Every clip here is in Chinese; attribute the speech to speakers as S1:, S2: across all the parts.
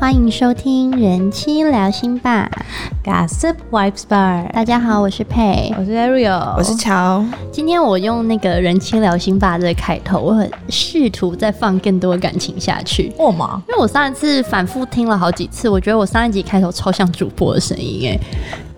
S1: 欢迎收听《人妻聊心吧》，
S2: Gossip Wives Bar，
S1: 大家好，我是佩。
S2: 我是 Ariel，
S3: 我是乔，
S1: 今天我用那个“人妻聊心吧”这个开头，我很试图再放更多的感情下去，
S2: 我吗？
S1: 因为我上一次反复听了好几次，我觉得我上一集开头超像主播的声音哎。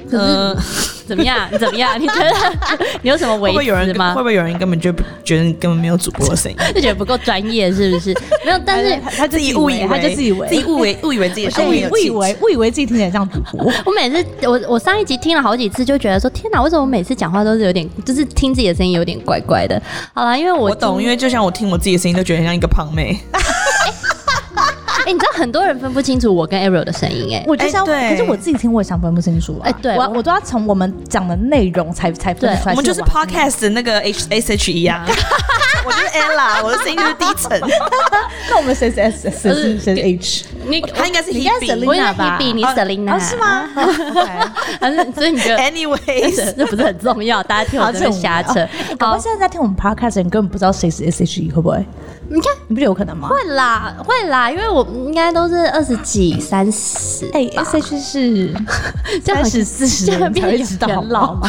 S1: 可
S3: 呃
S1: 是怎么样？怎么样？你觉得 你有什么
S3: 会不会 有
S1: 维持
S3: 人
S1: 吗
S3: 会？不会有人根本就不觉得你根本没有主播的声音？
S1: 就觉得不够专业是不是？没有，但是
S2: 他他自己
S3: 误
S2: 误
S3: 以
S2: 以
S3: 为
S2: 为，他就自以为，
S3: 自己误以误以为 自己是
S2: 我以我以
S3: 有气
S2: 为我以为自己听起来像主播，
S1: 我每次我我上一集听了好几次，就觉得说天哪，为什么我每次讲话都是有点，就是听自己的声音有点怪怪的？好啦，因为我
S3: 我懂，因
S1: 为
S3: 为就像我听我自己的声音都觉得很像一个胖妹，
S1: 哎、你知道很多人分不清楚我跟 Ariel 的声音哎、
S2: 我就是要，
S3: 哎对
S2: 可是我自己听我也想分不清楚啊
S1: 哎对
S2: 我
S1: 我
S2: 我都要从我们讲的内容才才分
S1: 对
S2: 出
S3: 我
S2: 来。
S3: 们就是
S2: 完
S3: podcast 的那个 H S H E 啊。我就是 Ella，我的声音就是低沉，
S2: 那我们谁是 S 谁是谁是 H？
S1: 你
S3: 他应该是
S2: 你应该是
S3: Hebe。
S1: 我应该
S2: Selina 吧
S1: Hebe，你
S3: 哦
S1: Selina、
S2: 啊是？吗？ 哎
S1: 反正所以你觉 得
S3: Anyways，
S1: 这不是很重要，大家听我这边瞎扯。
S2: 搞不
S1: 好
S2: 好，现在在听我们 podcast 的人根本不知道谁是 S H E，会不会？
S1: 你看
S2: 你不觉得有可能吗？
S1: 会啦，会啦，因为我应该都是二十几、三十，
S2: 哎，S H 是
S1: 这样
S2: 三
S1: 好像
S2: 十四十
S1: 这样
S2: 人才
S1: 变
S2: 会知道，好
S1: 元
S2: 不
S1: 老
S2: 好
S1: 嘛？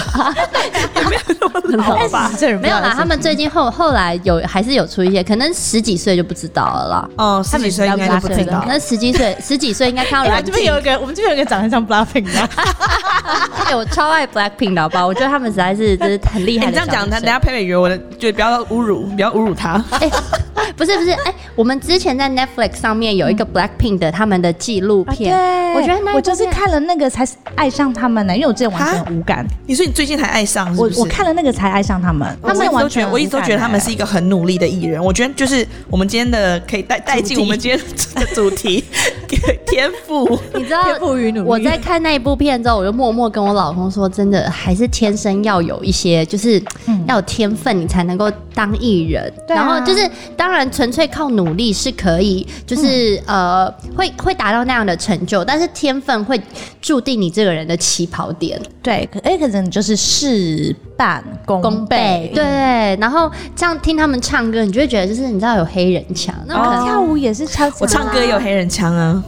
S3: 很好 吧？
S2: 这人不
S1: 没
S2: 知
S1: 有
S2: 道
S1: 啦，他们最近后后来有还是有出一些，可能十几岁就不知道了啦。
S3: 哦，十几岁应该都不知道。
S1: 那十几 岁，十几岁应该看到
S2: 哎，我
S1: 蓝
S2: 这边有
S1: 镜。
S2: 一个，我们这边有一个长得像 Blackpink 的，
S1: 哎，我超爱 Blackpink 的好不好？我觉得他们实在是就是很厉
S3: 哎
S1: 害
S3: 你
S1: 的
S3: 这
S1: 小
S3: 样
S1: 女生。
S3: 讲，他等下佩佩觉得我的，就不要侮辱，不要侮辱他。
S1: 哎， 不是不是，哎，我们之前在 Netflix 上面有一
S3: 嗯
S1: 个 Blackpink 的他们的纪录片，
S3: 啊
S1: 我觉得那一部
S2: 我就是
S1: 片
S2: 看了那个才爱上他们的，因为我之前完全无感，
S3: 你说你最近才爱上，是
S2: 我
S3: 不是？
S2: 我看了那个才爱上他们，
S3: 他们
S2: 之前
S3: 我一直都觉
S2: 完全欸
S3: 得，我一直都觉得他们是一个很努力的艺人。我觉得就是我们今天的可以带带进我们今天的主 题，天赋。
S1: 你知道
S2: 天赋与努力
S1: 我在看那一部片之后，我就默默跟我老公说，真的还是天生要有一些，就是要有天分，你才能够当艺人。
S2: 嗯对啊
S1: 然后就是，当然纯粹靠努力是可以，就是、
S2: 嗯
S1: 呃，会会达到那样的成就，但是天分会注定你这个人的起跑点。
S2: 对，可哎，可能就是事半功
S1: 功倍，对，然后这样听他们唱歌，你就会觉得就是你知道有黑人腔，那可能
S2: 跳舞也是超强啊，
S3: 我唱歌也有黑人腔啊，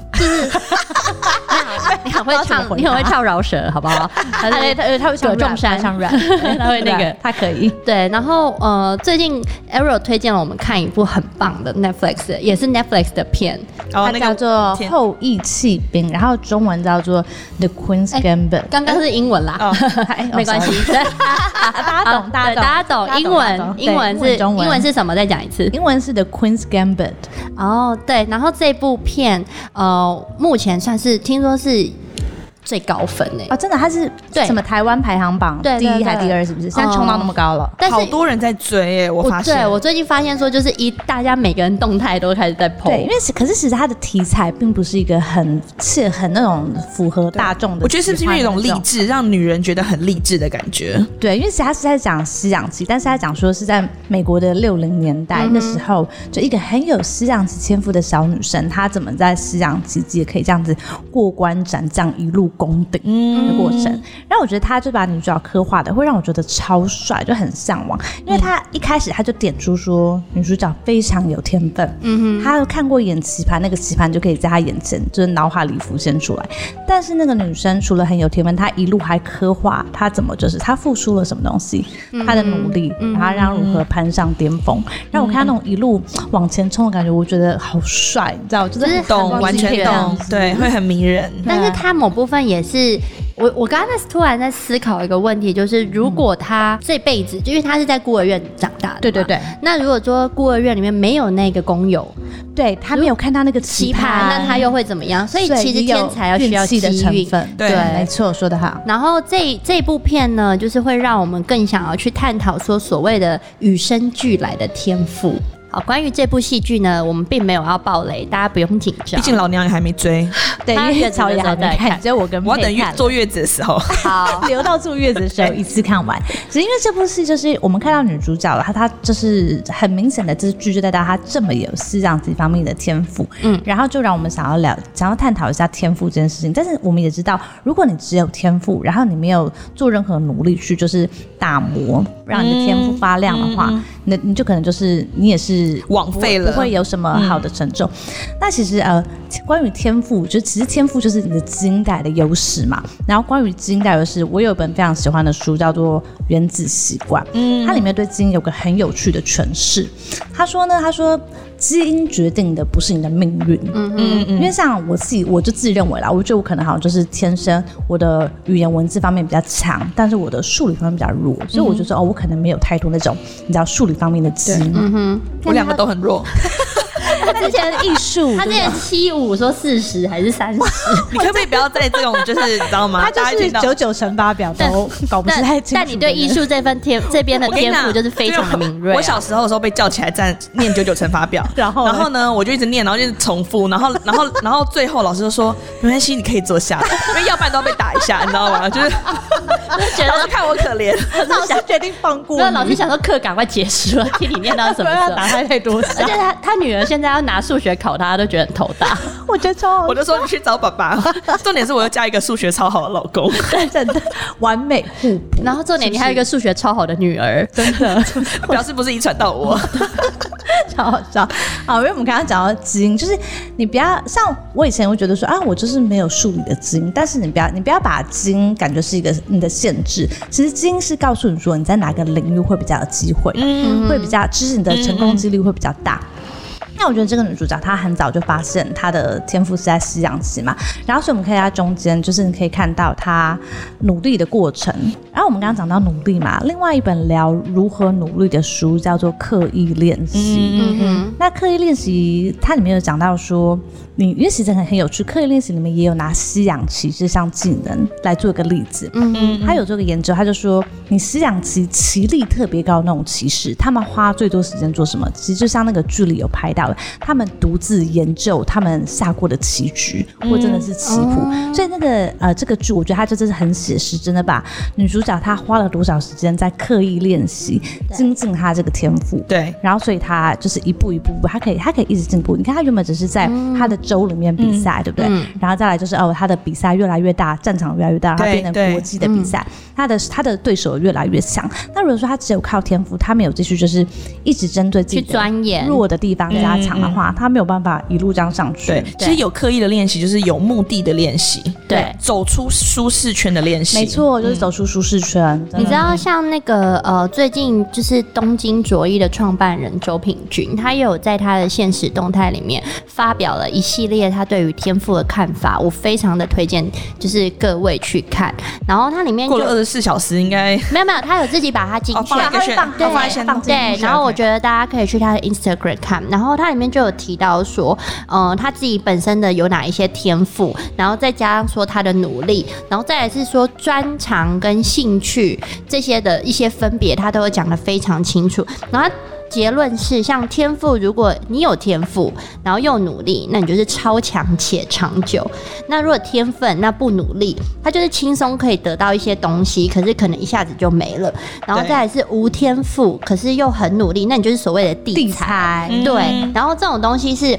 S1: 你 很会
S2: 不知道怎么
S1: 唱，
S2: 回
S1: 你很会
S2: 答
S1: 跳饶舌，好不 好？他
S2: 对他他会唱
S1: 葛仲
S2: rap，
S1: 山
S2: 他唱 rap，
S1: 啊 他会那个
S2: rap，他可以，
S1: 对，然后呃，最近 Ariel 推荐了我们看一部很棒的 Netflix，的也是 Netflix 的片，
S3: 然后
S2: 它
S3: 哦那
S2: 叫
S3: 个
S2: 做《
S3: 天
S2: 后羿弃兵》，然后中文叫做《The Queen's
S1: 哎
S2: Gambit》。
S1: 刚刚是英文啦，
S3: 哦
S2: 哎
S1: 没关系，，
S2: 哦 sorry
S1: 对
S2: 大家懂，大
S1: 对
S2: 家 懂，
S1: 大家懂英文，
S2: 对
S1: 英文是
S2: 中文，
S1: 英文是什么？再讲一次。
S2: 英文是 The Queen's Gambit，
S1: 哦，对，然后这部片呃，目前算是听说是最高分欸诶、
S2: 哦，真的，它是
S1: 对
S2: 什么台湾排行榜
S1: 对
S2: 第
S1: 对
S2: 一还
S1: 对
S2: 是第二？是不是？现在冲到那么高了？
S1: 但是
S3: 好多人在追耶，我发
S1: 我
S3: 现。
S1: 对我最近发现说，就是一大家每个人动态都开始在 PO，
S2: 对，因为是可是其实它的题材并不是一个很是很那种符合大众的，
S3: 我觉得是不是因为有一种励？志，让女人觉得很励志的感觉？
S2: 对，因为其实它是在讲吸氧期，但是它讲说是在美国的六零年代那时候，就一个很有吸氧期天赋的小女生，她怎么在吸氧期间可以这样子过关斩将，一路攻顶的过程。
S1: 嗯
S2: 然后我觉得他就把女主角刻画的会让我觉得超帅，就很向往，因为他一开始他就点出说女主角非常有天分，嗯哼，他看过演棋盘，那个棋盘就可以在他眼前就是脑海里浮现出来。但是那个女生除了很有天分，她一路还刻画她怎么就是她付出了什么东西，
S1: 嗯
S2: 她的努力，然后让她如何攀上巅峰，让我看她那种一路往前冲的感觉，我觉得好帅，你知道，就是
S1: 就是
S2: 很
S1: 很
S3: 懂，
S1: 励
S3: 完
S1: 志
S3: 全
S1: 啊
S3: 懂，对，会很迷人。
S1: 但是
S2: 对啊
S1: 他某部分也是。我我刚刚在突然在思考一个问题，就是如果他这辈子，因为他是在孤儿院长大的嘛，
S2: 对对
S3: 啊
S2: 对。
S1: 那如果说孤儿院里面没有那个工友
S2: 对她没有看到那个棋
S1: 棋盘，那他又会怎么样？所以其实
S2: 也有
S1: 天才要需要
S2: 运
S1: 机
S2: 气的成
S1: 遇。
S2: 分，
S3: 对
S2: 没错，说得好。
S1: 然后这这部片呢，就是会让我们更想要去探讨说所谓的与生俱来的天赋。好，关于这部戏剧呢，我们并没有要爆雷，大家不用紧 张。
S3: 毕竟老娘也还没 追，
S2: 对，
S1: 他
S2: 因为
S1: 月子
S2: 曹
S1: 的
S2: 也
S1: 时
S2: 还
S1: 候
S2: 没
S1: 再
S2: 看，
S1: 看
S2: 只有我跟
S3: 我要
S2: 佩
S3: 等月
S2: 看了
S3: 坐月子的时候，
S1: 好，
S2: 留到坐月子的时候一次看完，只是因为这部戏就是我们看到女主角了，她她就是很明显的，这剧就带到她这么有思想这方面的天赋，嗯
S1: 嗯，
S2: 然后就让我们想要聊，想要探讨一下天赋这件事情。但是我们也知道，如果你只有天赋，然后你没有做任何努力去就是打磨，让你的天赋发亮的
S1: 嗯
S2: 话，那、你就可能就是你也是
S3: 枉费了
S2: 不会有什么好的成就。那其实呃，关于天赋，就其实天赋就是你的基因带来的优势嘛。然后关于基因带优势，我有一本非常喜欢的书，叫做《原子习惯》，嗯，它里面对基因有个很有趣的诠释。他说呢，他说基因决定的不是你的命运，嗯嗯因为像我自己，我就自己认为啦，我觉得我可能好像就是天生我的语言文字方面比较强，但是我的数理方面比较弱，所以我就说、哦，我可能没有太多那种你知道数理方面的基因。
S3: 我两个都很 弱。
S1: 他之前
S2: 艺术，
S1: 他之前七五说四十还是三十，
S3: 你可不可以不要在这种就是你知道吗？
S2: 他就
S3: 大家
S2: 是
S3: 听到
S2: 九九乘法表都搞不
S1: 但
S2: 太清楚。，
S1: 但你对艺，术这份天这边的
S3: 我跟你
S1: 天赋
S3: 讲
S1: 就是非常的敏锐啊、
S3: 我小时候的时候被叫起来站念九九乘法表
S2: 然后呢
S3: 然后呢，我就一直念，然后就一直重复，然后然后然后最后老师就说没关系，你可以坐下，因为要不然都要被打一下，你知道吗？就是
S1: 觉
S3: 老师
S1: 得
S3: 看我可怜，
S2: 老师决定放过
S1: 那老师想说课赶快结束了，听你念到什么时候？
S2: 太太多
S1: 而且他他女儿现在要拿数学考他，都觉得很头大。
S2: 我觉得超好
S3: 我就说你去找爸爸。 重点是我又加一个数学超好的老公，
S2: 笑，真的完美互补。
S1: 然后重点，你还有一个数学超好的女儿，
S2: 真的
S3: 表示不是遗传到我。
S2: 超好笑，好，因为我们刚刚讲到基因，就是你不要像我以前会觉得说啊，我就是没有数理的基因，但是你不要你不要把基因感觉是一个你的限制，其实基因是告诉你说你在哪个领域会比较有机会，会比较，就是你的成功几率会比较大。那我觉得这个女主角她很早就发现她的天赋是在西洋棋嘛，然后所以我们可以在中间，就是你可以看到她努力的过程。然后我们刚刚讲到努力嘛，另外一本聊如何努力的书叫做《刻意练习》。
S1: 嗯
S2: 那刻意练习它里面有讲到说，你因为其实很很有趣，刻意练习里面也有拿西洋棋这项技能来做一个例子。嗯嗯，他有做个研究，他就说，你西洋棋棋力特别高的那种棋士，他们花最多时间做什么？其实就像那个剧里有拍到的，他们独自研究他们下过的棋局，或真的是棋谱。所以那个呃，这个剧我觉得它就真是很写实，真的把女主角她花了多少时间在刻意练习，精进她这个天赋。
S3: 对，
S2: 然后所以他就是一步一步，他可以他可以一直进步。你看他原本只是在
S1: 嗯
S2: 他的州里面比赛，对不对？然后再来就是哦，他的比赛越来越大，战场越来越大，他
S3: 对
S2: 变成国际的比赛，他的他的对手越来越强。那如果说他只有靠天赋，他没有继续就是一直针对自己
S1: 去钻研嗯
S2: 弱的地方加强的话，他没有办法一路这样上去。
S3: 对，其实有刻意的练习，就是有目的的练习，
S1: 对
S3: 走出舒适圈的练习，
S2: 没。错，就是走出舒适圈。真
S1: 你
S2: 的
S1: 知道像那个呃，最近就是东京卓一的创办人周品君，他也有在他的现实动态里面发表了一系列他对于天赋的看法，我非常的推荐，就是各位去看。然后它里面就
S3: 过了二十四小时，应该
S1: 没有没有，他有自己把它精
S3: 哦
S1: 确
S3: 放在一个选，
S2: 放
S1: 对
S3: 哦放在选
S2: 放进
S1: 对，然后我觉得大家可以去他的 Instagram 看，然后它里面就有提到说，嗯、他自己本身的有哪一些天赋，然后再加上说他的努力，然后再来是说专长跟兴趣这些的一些分别，他都有讲的非常清楚，然后。结论是，像天赋，如果你有天赋，然后又努力，那你就是超强且长久。那如果天分，那不努力，他就是轻松可以得到一些东西，可是可能一下子就没了。然后
S3: 对
S1: 再来是无天赋，可是又很努力，那你就是所谓的
S2: 地
S1: 地才。
S2: 才
S1: 对，然后这种东西是。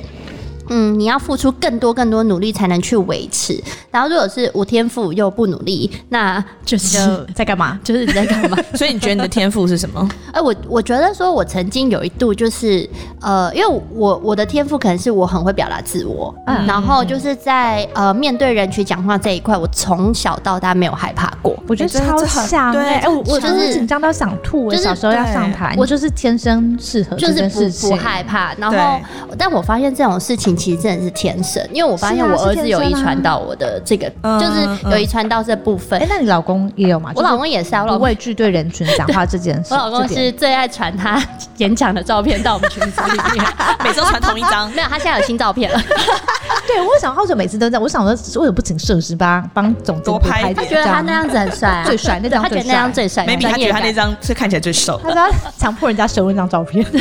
S1: 嗯，你要付出更多更多努力才能去维持。然后，如果是无天赋又不努力，那就是
S2: 就在干嘛？
S1: 就是你在干嘛？
S3: 所以你觉得你的天赋是什么？
S1: 哎，我我觉得说，我曾经有一度就是，呃，因为我我的天赋可能是我很会表达自我，
S2: 嗯
S1: 然后就是在呃面对人群讲话这一块，我从小到大没有害怕过。
S2: 我觉得
S3: 哎真
S2: 超
S3: 的很
S2: 像
S3: 对
S2: 哎、哎，我我
S1: 就
S2: 真的
S1: 是
S2: 紧张到想吐、我
S1: 就是
S2: 小时候要
S3: 对
S2: 上台，
S1: 我
S2: 你就是天生适合
S1: 就
S2: 哦这
S1: 是
S2: 件
S1: 不
S2: 事情，
S1: 不害怕，然后但我发现这种事情其实真的是天生，因为我发现
S2: 是啊啊
S1: 我
S2: 是
S1: 儿子有
S2: 天
S1: 遗
S2: 生啊
S1: 传到我的这个，
S3: 嗯
S1: 就是有遗传到这部分
S2: 哎、。那你老公也有吗？
S1: 我老公也是啊，我
S2: 就是
S1: 老
S2: 不
S1: 公
S2: 畏惧对人群讲话这件 事。
S1: 我老公
S2: 这点
S1: 是最爱传他演讲的照片到我们 群组里面，
S3: 每周传同一张，
S1: 没有，他现在有新照片了，
S2: 对我想好久每次都在，我想说为什么不请摄影师帮帮总监
S3: 多拍一
S2: 几
S1: 他
S3: 点
S1: 觉得他
S2: 张
S1: 那样子很帅啊，
S2: 最帅那
S1: 对
S2: 张
S1: 他觉
S2: 最
S1: 得那样
S2: 帅。
S1: 最帅，
S3: maybe 他
S1: 专
S3: 觉
S1: 业
S3: 得他那
S1: 感
S3: 张是看起来最瘦的。
S2: 他说他强迫人家收那张照片，
S1: 嗯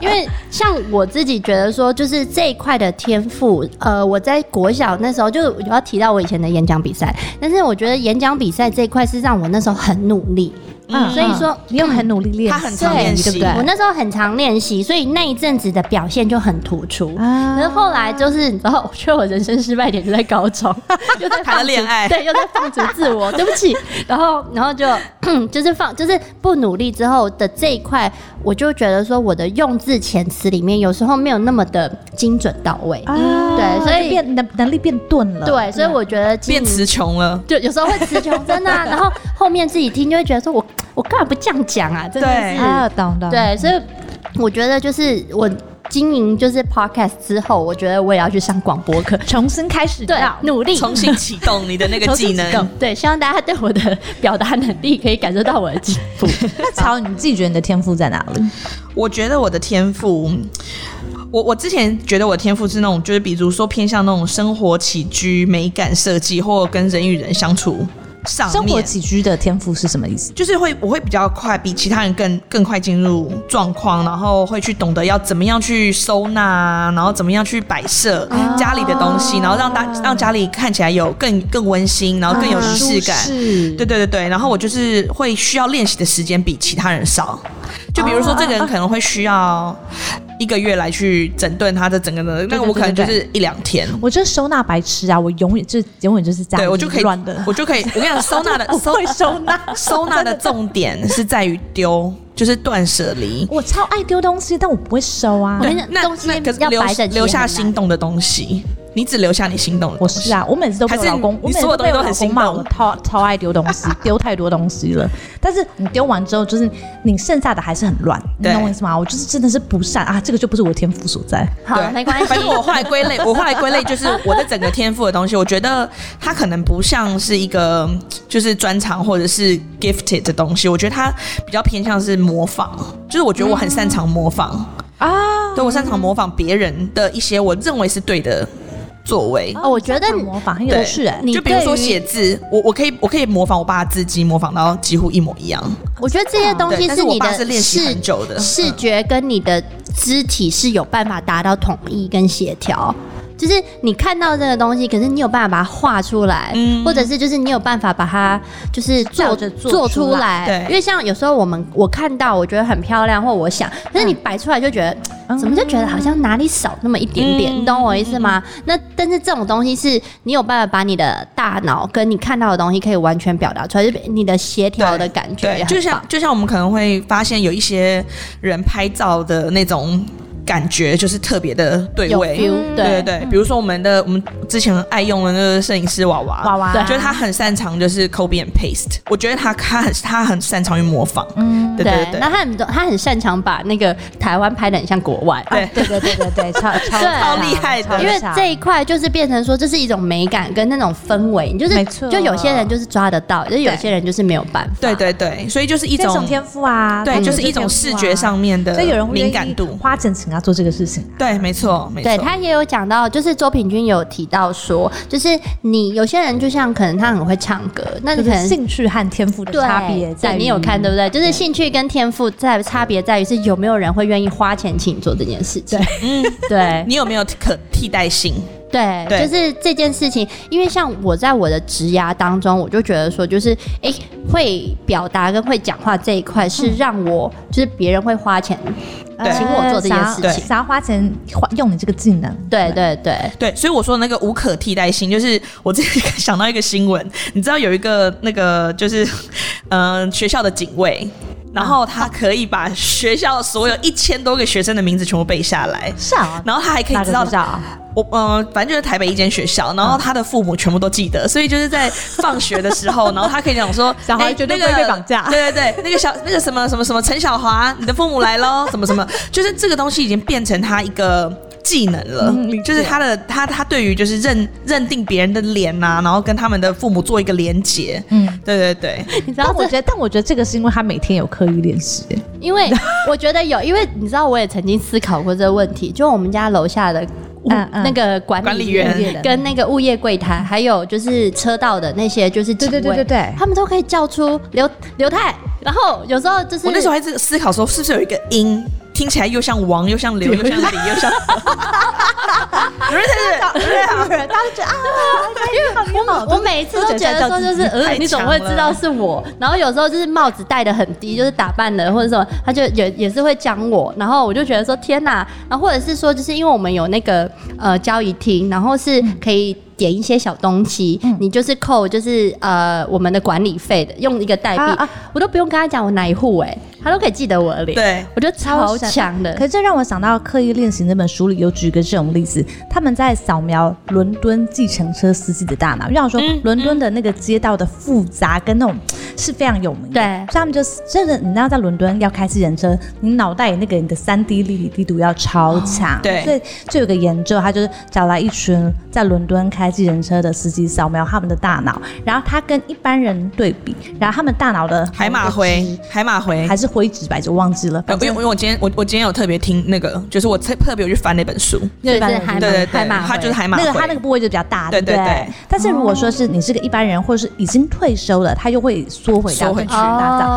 S1: 因为像我自己觉得说，就是这一块的天赋，呃，我在国小那时候就我要提到我以前的演讲比赛，但是我觉得演讲比赛这一块是让我那时候很努力，
S2: 嗯，
S1: 所以说
S2: 你又很努力练习，
S3: 他很常练习
S2: 对不对？
S1: 我那时候很常练习，所以那一阵子的表现就很突出。
S2: 啊
S1: 可是后来就是，你知道，我觉得我人生失败点就在高中， 又在
S3: 谈了嗯恋爱
S1: 对，又在放逐自我，对不起。然后，然后就就是放，就是不努力之后的这一块，我就觉得说我的用字遣词里面有时候没有那么的精准到位。
S2: 啊
S1: 对所以
S2: 就变能能力变钝了，
S1: 对，所以我觉得经营
S3: 变词穷了。
S1: 就有时候会词穷，真的啊、然后后面自己听就会觉得说我我干嘛不这样讲啊？真的
S3: 对
S1: 是。
S2: 啊，懂懂，
S1: 对，所以我觉得就是我经营就是 podcast 之后，我觉得我也要去上广播课，
S2: 重新开始
S1: 对
S2: 要，
S1: 努力。
S3: 重新启动你的那个
S2: 重新
S3: 技
S2: 启
S3: 能
S2: 动，
S1: 对，希望大家对我的表达能力可以感受到我的进 步。
S2: 那乔，你自己觉得你的天赋在哪里？
S3: 我觉得我的天赋，嗯我我之前觉得我的天赋是那种，就是比如说偏向那种生活起居、美感设计，或跟人与人相处上哦面。
S2: 生活起居的天赋是什么意思？
S3: 就是会我会比较快，比其他人更更快进入状况，然后会去懂得要怎么样去收纳啊，然后怎么样去摆设家里的东西，然后让大让家里看起来有更更温馨，然后更有
S2: 嗯
S3: 仪式感。
S2: 是
S3: 对对对对，然后我就是会需要练习的时间比其他人少，就比如说这个人可能会需要一个月来去整顿他的整个的，那个我可能就是一两天。
S2: 我就是收纳白痴啊！我永远就是永远就是这样，
S3: 对，我就可以
S2: 乱的，
S3: 我就可以，我跟你 讲，收纳的收
S2: 会收纳。
S3: 收纳的重点是在于丢，就是断舍离。
S2: 我超爱丢东西，但我不会收啊
S1: 我。跟你讲，
S3: 那
S1: 东西
S3: 那可是
S1: 要
S3: 留
S1: 摆整齐
S3: 留下
S1: 很
S3: 心
S1: 难。
S3: 动的东西，你只留下你心动的东
S2: 我
S3: 西。
S2: 是啊，我每次都被我老公
S3: 还，是你
S2: 我每
S3: 你
S2: 次
S3: 所有
S2: 都
S3: 东西
S2: 被
S3: 都
S2: 我
S3: 很
S2: 老公
S3: 心
S2: 骂
S3: 动
S2: 我超超爱 丢东西，丢太多东西了。但是你丢完之后，就是你剩下的还是很乱，你
S3: 对
S2: 懂我意思吗？我就是真的是不善啊，这个就不是我天赋所在。
S1: 好，没关系
S3: 反。正我后来归类，我后来归类就是 我的整个天赋的东西，我觉得它可能不像是一个就是专长或者是 gifted 的东西，我觉得它比较偏向是模仿，就是我觉得我很擅长模仿啊，对我擅长模仿别人的一些我认为是对的作为。
S2: 啊
S1: 哦，我觉得
S2: 擅长模仿很有趣、哎
S1: 你
S3: 就比如
S1: 对
S3: 说
S1: 于
S3: 写字，我我可以我可以模仿我爸的字迹，模仿到几乎一模一样。
S1: 我觉得这些东
S3: 对
S1: 西
S3: 但是我
S1: 你
S3: 爸是
S1: 的
S3: 练习
S1: 视
S3: 很久的
S1: 视觉跟你的肢体是有办法达到统一跟协调。就是你看到这个东西，可是你有办法把它画出来，
S3: 嗯
S1: 或者是就是你有办法把它就是做
S2: 照着做
S1: 做
S2: 出
S1: 出来，
S3: 对
S1: 因为像有时候我们我看到我觉得很漂亮，或我
S3: 嗯
S1: 想，可是你摆出来就觉得、
S2: 嗯
S1: 怎么就觉得好像哪里少那么一点点，
S3: 嗯
S1: 你懂我意思吗？那但是这种东西是你有办法把你的大脑跟你看到的东西可以完全表达出来，就是你的协调的感觉也
S3: 对，
S1: 很
S3: 就
S1: 棒
S3: 像就像我们可能会发现有一些人拍照的那种感觉，就是特别的对
S1: 有
S3: 位。
S1: feel，
S2: 嗯
S3: 对对对，比如说我们的我们之前很爱用的那个摄影师娃娃，
S2: 娃娃
S1: 对
S3: 就是他很擅长就是 copy and paste，我觉得他他很他很擅长于模仿，
S2: 嗯，
S3: 对对对
S1: 那，他很多他很擅长把那个台湾拍的很像国外。
S3: 对
S2: 对对对对对， 超超
S1: 对
S3: 超厉害的
S2: 超
S1: 因为
S2: 强
S1: 这一块就是变成说，这是一种美感跟那种氛围，你就是
S2: 没错
S1: 就有些人就是抓得到，就是有些人就是没有办法。
S3: 对对对，所以就是一
S2: 这种
S3: 种
S2: 天赋啊，
S3: 对，
S2: 嗯
S3: 就是一种视觉上面的
S2: 所以有人会愿
S3: 敏
S2: 意
S3: 感度，
S2: 花钱请他做这个事情啊。
S3: 对，没错没错，
S1: 对他也有讲到，就是周品君有提到说，就是你有些人就像可能他很会唱歌，那你
S2: 就
S1: 可
S2: 是
S1: 能
S2: 兴趣和天赋的
S1: 对
S2: 差别在
S1: 对
S2: 于
S1: 你有看对不对？就是兴趣跟天赋在差别在于是有没有人会愿意花钱请你做这件事情。
S3: 嗯，
S1: 对，
S3: 你有没有可替代性？
S1: 对，
S3: 对
S1: 就是这件事情，因为像我在我的职涯当中，我就觉得说，就是诶，会表达跟会讲话这一块
S2: 嗯
S1: 是让我，就是别人会花钱
S3: 对
S1: 请我做这件事
S2: 想要
S3: 情
S2: 想要花钱花用你这个技能，
S1: 对对对，
S3: 对，所以我说的那个无可替代性，就是我之前想到一个新闻，你知道有一个那个就是， 嗯、学校的警卫，然后
S1: 啊
S3: 他可以把学校所有一千多个学生的名字全部背下来，
S2: 是啊，
S3: 然后他还可
S2: 大
S3: 以
S2: 家
S3: 知道
S2: 知道啊，
S3: 我嗯、呃反正就是台北一间学校，然后
S2: 嗯
S3: 他的父母全部都记得，所以就是在放学的时 候，然后他可以讲说，
S2: 小孩
S3: 哎
S2: 绝对
S3: 那个
S2: 不会被绑架
S3: 对对对，那个小那个什 么什么什么陈小华，你的父母来喽，什么什么，就是这个东西已经变成他一个。技能了，
S2: 嗯理解
S3: 就是他的他他对于就是认认定别人的脸呐、然后跟他们的父母做一个连结。
S2: 嗯，
S3: 对对对，
S1: 你知
S2: 然
S1: 道
S2: 后我
S1: 这
S2: 觉得，但我觉得这个是因为他每天有刻意练习，
S1: 因 为我觉得有，因为你知道，我也曾经思考过这个问题。就我们家楼下的物
S2: 嗯嗯
S1: 那个管
S3: 管理
S1: 理
S3: 员
S1: 员跟那个物业柜台，还有就是车道的那些就是警
S2: 对对
S1: 卫
S2: 对对对
S1: 他们都可以叫出刘刘太。然后有时候就是
S3: 我那时候还在思考说，是不是有一个音听起来又像王，又像刘，又像李，又像。不是不是，
S2: 大家觉得啊，因为
S1: 我每一次都觉得说就是，
S3: 太
S1: 呃，哦你总
S3: 强
S1: 会
S3: 了
S1: 知道是我。然后有时候就是帽子戴的很低，就是打扮的或者什么，他就也也是会讲我。然后我就觉得说天哪，然后或者是说就是因为我们有那个呃交易厅，然后是可以。点一些小东西，你就是扣，就是呃我们的管理费的，用一个代币，
S2: 啊啊
S1: 我都不用跟他讲我哪一户哎、他都可以记得我的脸，
S3: 对
S1: 我觉得超强的
S2: 可。是这让我想到《刻意练习》那本书里有举一个这种例子，他们在扫描伦敦计程车司机的大脑，因为想说
S3: 嗯
S2: 伦敦的那个街道的复杂跟那种是非常有名的，
S1: 对
S2: 所以他们就是真的，你知道在伦敦要开计程车，你脑袋里那个你的三 D 立体地图要超强，
S3: 哦对
S2: 所以就有个研究，他就是找来一群在伦敦开计程车的司机，扫描他们的大脑，然后他跟一般人对比，然后他们大脑的
S3: 海马回，海马回
S2: 还。是灰纸白纸，忘记了，
S3: 呃
S2: 反
S3: 因为
S2: 正
S3: 因为我今天我我今天有特别听那个，就是我特特别有去翻那本书，
S1: 就是
S2: 一般人
S1: 海马
S3: 对
S1: 海
S3: 对对，
S1: 马
S3: 它就是
S1: 回
S3: 海马
S2: 那
S3: 回，
S2: 个它那个部位就比较大，
S3: 对
S2: 对不对
S3: 对对
S2: 但是如果说是你是个一般人，或是已经退休了，他又会缩回到
S3: 缩回去
S2: 大脑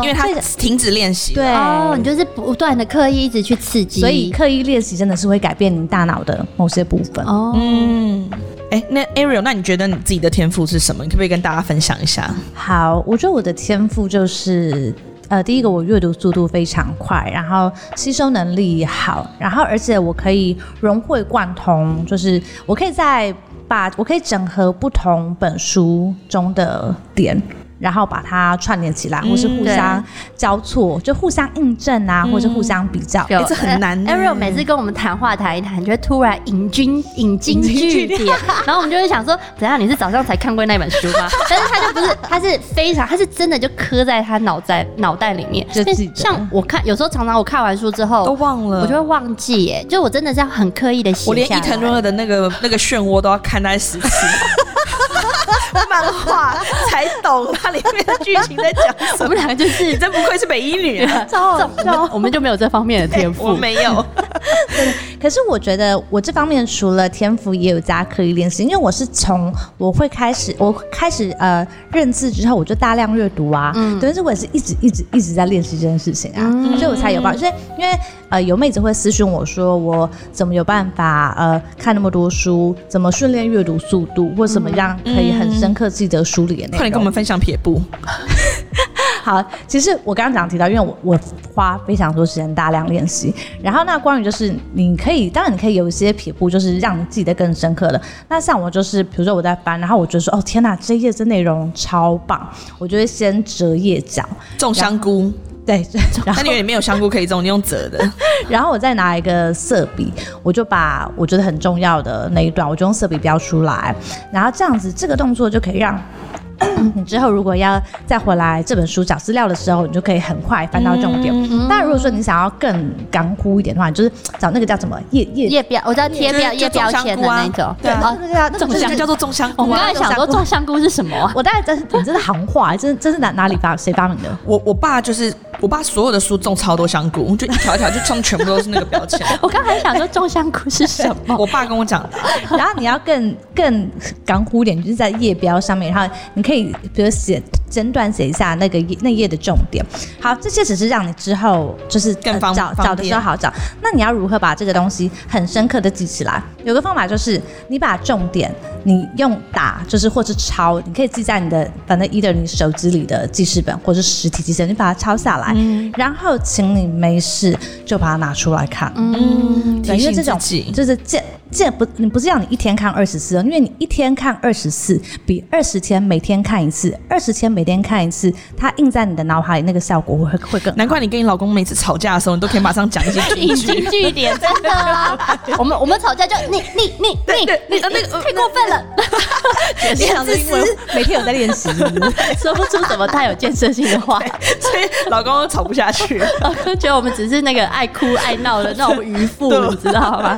S1: 哦
S3: 因为它
S2: 这个
S3: 停止练习了，
S2: 对
S1: 哦，你就是不断的刻意一直去刺激，
S2: 所以刻意练习真的是会改变你大脑的某些部分。
S1: 哦，
S3: 嗯，哎、那 Ariel，那你觉得你自己的天赋是什么？你可不可以跟大家分享一下？
S2: 好，我觉得我的天赋就是。呃，第一个我阅读速度非常快，然后吸收能力好，然后而且我可以融会贯通，就是我可以在把我可以整合不同本书中的点，然后把它串联起来，或是互相交错，就互相印证啊，或是互相比较。
S1: 有
S3: 欸这很难呢
S1: 哎 Ariel 每次跟我们谈话谈一谈，就会突然引经引经据 典，然后我们就会想说，怎样？你是早上才看过那本书 吗？但是他就不是，他是非常，他是真的就刻在他脑在脑袋里面。
S2: 就记得
S1: 像我看，有时候常常我看完书之后
S3: 都，忘了，
S1: 哦我就会忘记耶，就我真的是要很刻意的写
S3: 我连
S1: 下
S3: 伊藤
S1: 来。
S3: 润二的那个那个漩涡都要看大概十次。漫 画才懂它里面的剧情在讲
S1: 我们
S3: 什么。
S1: 两个就是
S3: 你真不愧是北一女啊！
S1: 照照，我们就没有这方面 的天
S3: 我
S1: 赋。
S3: 没有，
S2: 可是我觉得我这方面除了天赋，也有加刻意练习，因为我是从我会开始，我开始呃认字之后，我就大量阅读啊，等于是我也是一直一直一直在练习这件事情啊，所以我才有办法，所以因为呃有妹子会私讯我说我怎么有办法呃看那么多书，怎么训练阅读速度，或怎么样可以很深刻记得书里的内容。
S3: 快点跟我们分享撇步。
S2: 好，其实我刚刚讲提到，因为我我花非常多时间大量练习，然后那关于就是你可以，当然你可以有一些撇步，就是让你记得更深刻的。那像我就是，比如说我在翻，然后我觉得说，哦天哪，这一页这内容超棒，我就会先折页角，
S3: 种香菇，
S2: 对，然
S3: 那
S2: 后
S3: 你以为没有香菇可以种，你用折的。
S2: 然后我再拿一个色笔，我就把我觉得很重要的那一段，我就用色笔标出来，然后这样子这个动作就可以让。 你之后如果要再回来这本书找资料的时候，你就可以很快翻到重点。但如果说你想要更干枯一点的话，你就是找那个叫什么页页
S1: 页标，我知道贴标
S3: 就是
S1: 页标签的那
S3: 就种香
S1: 种
S3: 菇啊。对
S1: 哦
S2: 那个叫那个
S3: 种
S2: 就是
S3: 香叫做种香
S1: 我
S3: 菇
S1: 刚
S3: 啊
S1: 才。想说种香菇是什么啊？
S2: 我大概真你真是行话，真真是哪哪里发谁发明的？
S3: 我我爸就是我爸所有的书种超多香菇，就一条一条就种，全部都是那个标签。
S1: 我刚才想说种香菇是什么？
S2: 哦
S3: 我爸跟我讲的啊，
S2: 然后你要更更干枯一点，就是在页标上面，然后你可以比如写简短写一下那个页那页的重点。好，这些只是让你之后就是呃
S3: 更方
S2: 找
S3: 方
S2: 找的时
S3: 便
S2: 候好找。那你要如何把这个东西很深刻的记起来？有个方法就是你把重点你用打，就是或是抄，你可以记在你的反正 either 你手机里的记事本或是实体记事本，你把它抄下来，
S3: 嗯
S2: 然后请你没事就把它拿出来看。
S1: 嗯，
S2: 对，因为这种
S3: 提醒自己
S2: 就是见这不你不是要你一天看二十次哦，因为你一天看二十次，比二十天每天看一次，二十天每天看一次，它印在你的脑海里那个效果会会更好。
S3: 难怪你跟你老公每次吵架的时候，你都可以马上讲一些
S1: 引
S3: 金
S1: 经
S3: 句。
S1: 据典，真的啊！ 我们我们吵架就你你你你你
S3: 呃那
S1: 你
S3: 个呃
S1: 太过分了，
S2: 你 很自私，每天有在练 习。
S1: 说不出什么太有建设性的 话，
S3: 所以老公都吵不下去了。
S2: 哦
S1: 我就觉得我们只是那个爱哭爱闹的那种渔夫，
S3: 对
S1: 你知道 吗？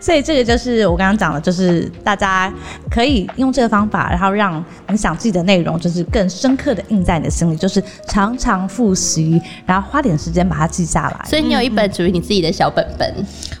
S2: 所以这个就是我刚刚讲的，就是大家可以用这个方法，然后让你想记的内容，就是更深刻的印在你的心里，就是常常复习，然后花点时间把它记下来。
S1: 所以你有一本属于你自己的小本本，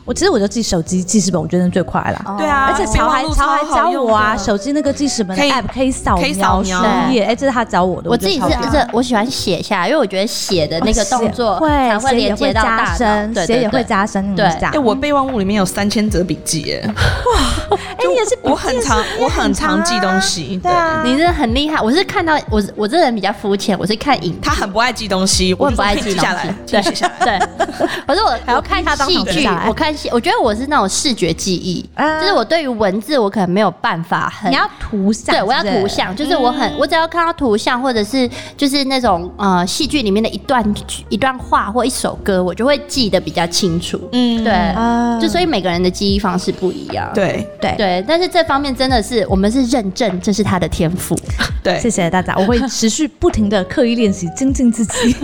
S2: 我其实我就记手机记事本，我觉得最快啦。
S3: 对啊
S2: 而且
S3: 备
S2: 曹
S3: 忘
S2: 还
S3: 录
S2: 曹还
S3: 超好
S2: 教
S3: 用
S2: 我啊，
S3: 的
S2: 手机那个记事本的
S3: 可以
S2: app 可以扫
S3: 可以扫
S2: 描
S3: 描
S2: 书页，哎，这是他教我的，
S1: 我自
S2: 觉得
S1: 己
S2: 超
S1: 是
S2: 屌哦
S1: 这我喜欢写下来，因为我觉得写的那个动作
S2: 写会
S1: 才会
S2: 写也
S1: 连接到
S2: 加
S1: 大脑，
S2: 深，
S1: 对
S2: 写
S1: 对
S2: 也会
S1: 对。
S2: 加深
S1: 对
S2: 影响。
S3: 哎，我备忘录里面有三千则笔记耶，
S2: 哎，你也是笔记
S3: 我很常
S2: 是不是
S3: 我很常记东西。
S2: 对啊，
S1: 你真的很厉害，我是看到我我这人比较肤浅，我是看影
S3: 他很不爱记东西，
S1: 我很
S3: 就
S1: 不
S3: 说
S1: 爱
S3: 可以
S1: 记
S3: 记
S1: 东
S3: 下来
S1: 西，，
S3: 可以记下来。
S1: 对， 可是我
S2: 还要
S1: 我看
S2: 逼他当
S1: 戏
S2: 场记
S1: 剧
S2: 下，来
S1: 我看戏，我觉得我是那种视觉记忆，
S2: 啊
S1: 就是我对于文字我可能没有办法很
S2: 你。要图像，
S1: 对，我要
S2: 是不是
S1: 图。像，就是我很，我只要看到图像，或者是就是那种呃戏剧里面的一段一段话或一首歌，我就会记得比较清楚。
S3: 嗯，
S1: 对，
S2: 啊
S1: 就所以每个人的记忆方式不一样。
S3: 对
S2: 对，
S1: 对，但是这方面真的是我们是认证，这是他的天赋。
S3: 对
S2: 谢，谢大家，我会持续不停的刻意练习，精进自 己。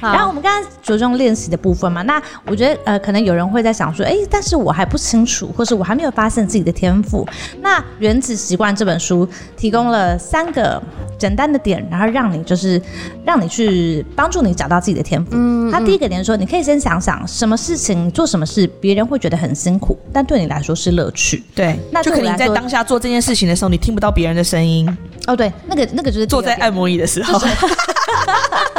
S2: 然后我们刚刚着重练习的部分嘛，那我觉得呃，可能有人会在想说，哎，但是我还不清楚，或是我还没有发现自己的天赋。那《原子习惯》这本书提供了三个简单的点，然后让你就是让你去帮助你找到自己的天赋。它第一个点说，你可以先想想什么事情做什么事，别人会觉得很辛苦，但对你来说是乐趣。
S3: 对，
S2: 那
S3: 就
S2: 对
S3: 可
S2: 我
S3: 能
S2: 来
S3: 你在
S2: 说
S3: 当下做这件事情的时候，你听不到别人的声音，
S2: 哦，对，那个那个就是第
S3: 坐
S2: 二
S3: 在
S2: 点
S3: 按摩椅的时候，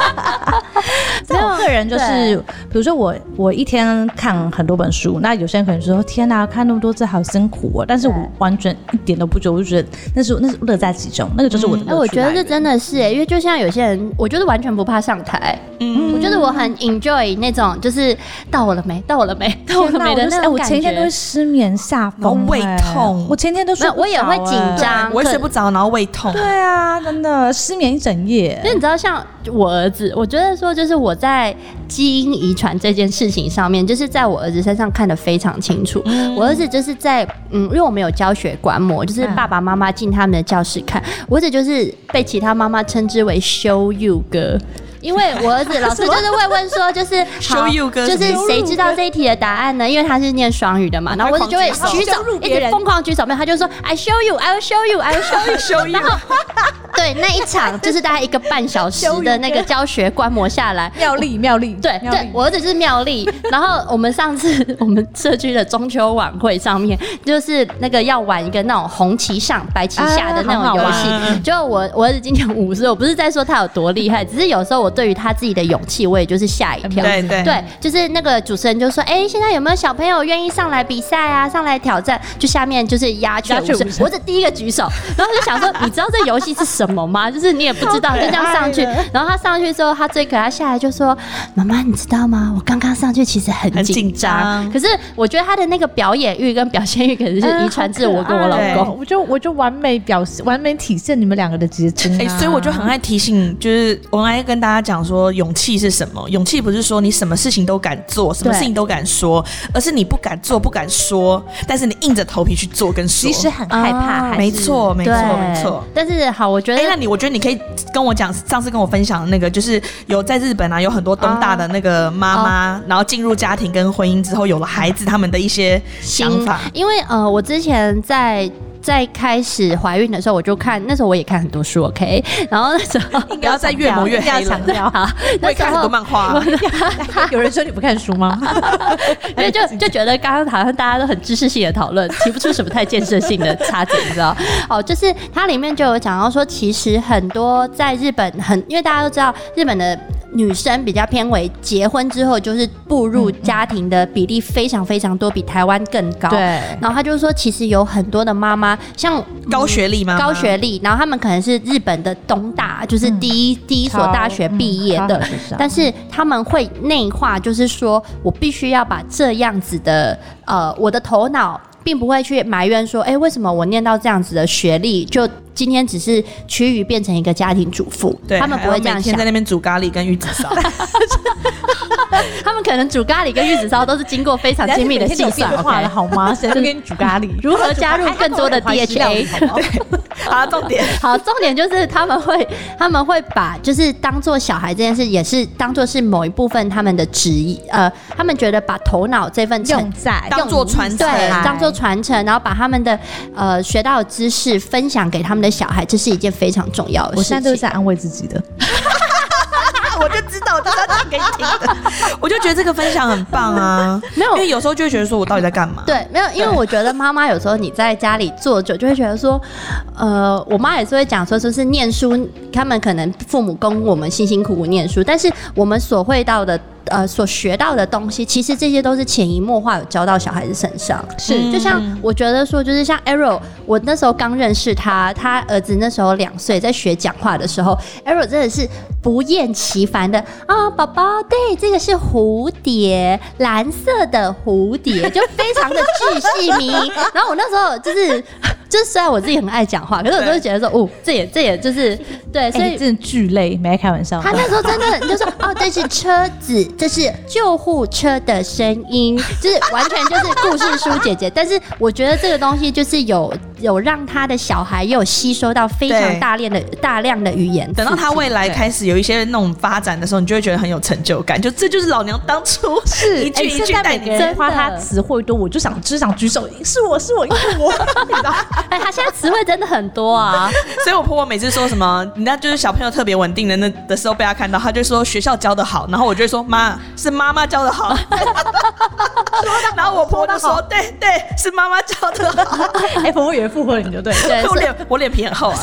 S2: 在我个人就是，比如说我我一天看很多本书，那有些人可能说天哪、看那么多字好辛苦哦，但是我
S1: 对
S2: 完全一点都不觉得，我就觉得那是那是乐在其中，那个就是我的嗯
S1: 哎、
S2: 乐
S1: 我
S2: 趣
S1: 觉
S2: 来
S1: 得
S2: 源、
S1: 这真的是、欸，因为就像有些人，我就是完全不怕上台，
S3: 嗯
S1: 我觉得我很 enjoy 那种，就是到我了没，到我了没，到我
S2: 天
S1: 了
S2: 哪
S1: 没的
S2: 我就是
S1: 那
S2: 哎
S1: 种
S2: 我
S1: 感
S2: 前一天都会
S1: 觉。
S2: 失眠下
S3: 然后
S2: 风、
S3: 胃
S2: 哎
S3: 痛
S2: 我前一天都睡
S1: 没有
S2: 不着、
S1: 我也会紧
S2: 哎
S1: 张
S3: 我会睡不着，然后胃痛。
S2: 对啊，真的失眠一整夜
S1: 因。为你知道，像我儿子，我觉得说，就是我在基因遗传这件事情上面，就是在我儿子身上看得非常清楚。我儿子就是在，嗯，因为我们有教学观摩，就是
S2: 嗯
S1: 爸爸妈妈进他们的教室看，我儿子就是被其他妈妈称之为 “show you 哥”。因为我儿 子老师就是会问说，就是
S3: Show
S1: 好
S3: you 哥
S1: 就是
S3: 什么哦
S1: 谁知道这一题的答案呢？因为他是念双语的嘛，然后我儿子就会
S3: 狂
S1: 举
S3: 举
S1: 手
S3: 手，
S1: 一直疯狂举手，没有他就说 I show you, I will show you, I will show you。
S3: 修一
S1: 对，那一场就是大概一个半小时的那个教学观摩下来。
S2: 妙丽，妙丽，
S1: 对
S2: 妙
S1: 对
S2: 丽，
S1: 我儿子是妙丽。然后我们上次嗯我们社区的中秋晚会上面，就是那个要玩一个那种红旗上白旗下的那
S2: 啊好好
S1: 种游戏。
S3: 玩
S1: 就我我儿子今年五岁，我不是在说他有多厉害，只是有时候我对于他自己的勇气，我也就是吓一跳。
S3: 对对
S1: 对，就是那个主持人就说：“哎、现在有没有小朋友愿意上来比赛啊？上来挑战？”就下面就是鸦雀
S2: 鸦
S1: 无
S2: 雀
S1: 声
S2: 无，声
S1: 我只第一个举手，然后就想说：“你知道这游戏是什么吗？”就是你也不知道，就这样上 去。然后他上去之后，他最可爱，他下来就说：“妈妈，你知道吗？我刚刚上去其实很
S3: 很
S1: 紧
S3: 紧
S1: 张，
S3: 张
S1: 可是我觉得他的那个表演欲跟表现欲可能是遗传自我跟我老
S2: 哎嗯好可爱
S1: 公
S2: 哦。我就我就完美表现，完美体现你们两个的结晶、啊。
S3: 哎、所以我就很爱提醒，就是我很爱跟大家讲说，勇气是什么？勇气不是说你什么事情都敢做，什么
S1: 对
S3: 事情都敢说，而是你不敢做、不敢说，但是你硬着头皮去做跟说
S1: 啊
S2: 即。使很害怕，
S1: 哦
S2: 还是
S3: 没错，没错，没错。。
S1: 但是好，我觉得
S3: 哎、那你我觉得你可以跟我讲，上次跟我分享的那个，就是有在日本啊，有很多东大的那个妈妈，然后进入家庭跟婚姻之后有了孩子，他们的一些想法。
S1: 因为呃，我之前在。在开始怀孕的时候，我就看那时候我也看很多书，OK。然 后那时 候
S3: 不要再越磨越黑了。
S1: 好，
S3: 我
S1: 那
S3: 也
S1: 时
S3: 看很
S1: 候
S3: 多漫画啊、
S2: 哎有人说你不看书吗？
S1: 因为就就觉得刚刚好像大家都很知识性的讨论，提不出什么太建设性的差别，你知道？ 哦，就是它里面就有讲到说，其实很多在日本很，因为大家都知道日本的。女生比较偏为结婚之后就是步
S3: 嗯
S1: 入家庭的比例非常非常多，比台湾更高。
S2: 对
S1: 然后他就说，其实有很多的妈妈，像嗯
S3: 高学历吗？
S1: 高学历，然后他们可能是日本的东大，就是第一、第一所大学毕业的，但嗯是他们会内化，就是说我必须要把这样子的呃，我的头脑并不会去埋怨说，哎、为什么我念到这样子的学历，就今天只是趋于变成一个家庭主妇，
S3: 对，
S1: 他们不会这
S3: 还要
S1: 样
S3: 每天
S1: 想
S3: 在，那边煮咖喱跟玉子 烧，
S1: 他们可能煮咖喱跟玉子烧都是经过非常精密的 计算
S2: 化了
S1: ，OK。
S2: 好 吗？现在就给你煮咖 喱，
S1: 如 何加入更多的 DHA？
S3: 好，重点。
S1: 好，重点就是他们会，他们会把就是当做小孩这件事，也是当做是某一部分他们的职业，呃，他们觉得把头脑这份成
S2: 用在
S3: 当做传承
S1: 对
S2: 来，
S1: 当做传承，然后把他们的呃学到的知识分享给他们的小孩，这是一件非常重要的事情。
S2: 我现在都是在安慰自己的，
S3: 我就知道，我就是要讲给你听的。 我就觉得这个分享很棒啊，
S1: 没有
S3: 因为有时候就会觉得说我到底在干嘛？
S1: 对，没有，因为我觉得妈妈有时候你在家里坐久，就会觉得说，呃，我妈也是会讲说，就是念书，他们可能父母供我们辛辛苦苦念书，但是我们所会到的。呃，所学到的东西，其实这些都是潜移默化有教到小孩子身上。
S2: 是
S1: 就像我觉得说，就是像 Arrow，我那时候刚认识他，他儿子那时候两岁，在学讲话的时候，Arrow 真的是不厌其烦的啊，宝宝，对，这个是蝴蝶，蓝色的蝴蝶，就非常的巨细靡。然后我那时候就是。就是虽然我自己很爱讲话，可是我都会觉得说，哦，这也这也就是对，所
S2: 哎，
S1: 以
S2: 你真的巨累，没在开玩笑 的。哎
S1: 他那时候真的就说：“哦，这是车子，这是救护车的声音，就是完全就是故事书姐姐。”但是我觉得这个东西就是有有让他的小孩有吸收到非常
S3: 对
S1: 大量的大量的语言。
S3: 等到他未来开始有一些那种发展的时候，你就会觉得很有成就感。就这就是老娘当 初
S2: 是
S3: 一句
S2: 哎
S3: 一
S2: 现
S3: 句
S2: 在
S3: 带
S2: 每
S3: 你
S2: 个人
S1: 真
S2: 夸
S1: 的
S2: 他词汇多，我就想只想举手，是我是我，因为我你知道
S1: 哎，他现在词汇真的很多啊，
S3: 所以我婆婆每次说什么，人家就是小朋友特别稳定的那的时候被她看到，她就说学校教的好，然后我就会说妈是妈妈教的 好，然后我婆婆就说对对是妈妈教的好，
S2: 哎，婆婆也附和你就对了。
S1: 对，
S3: 我
S1: 所以
S3: 脸我脸皮很厚啊，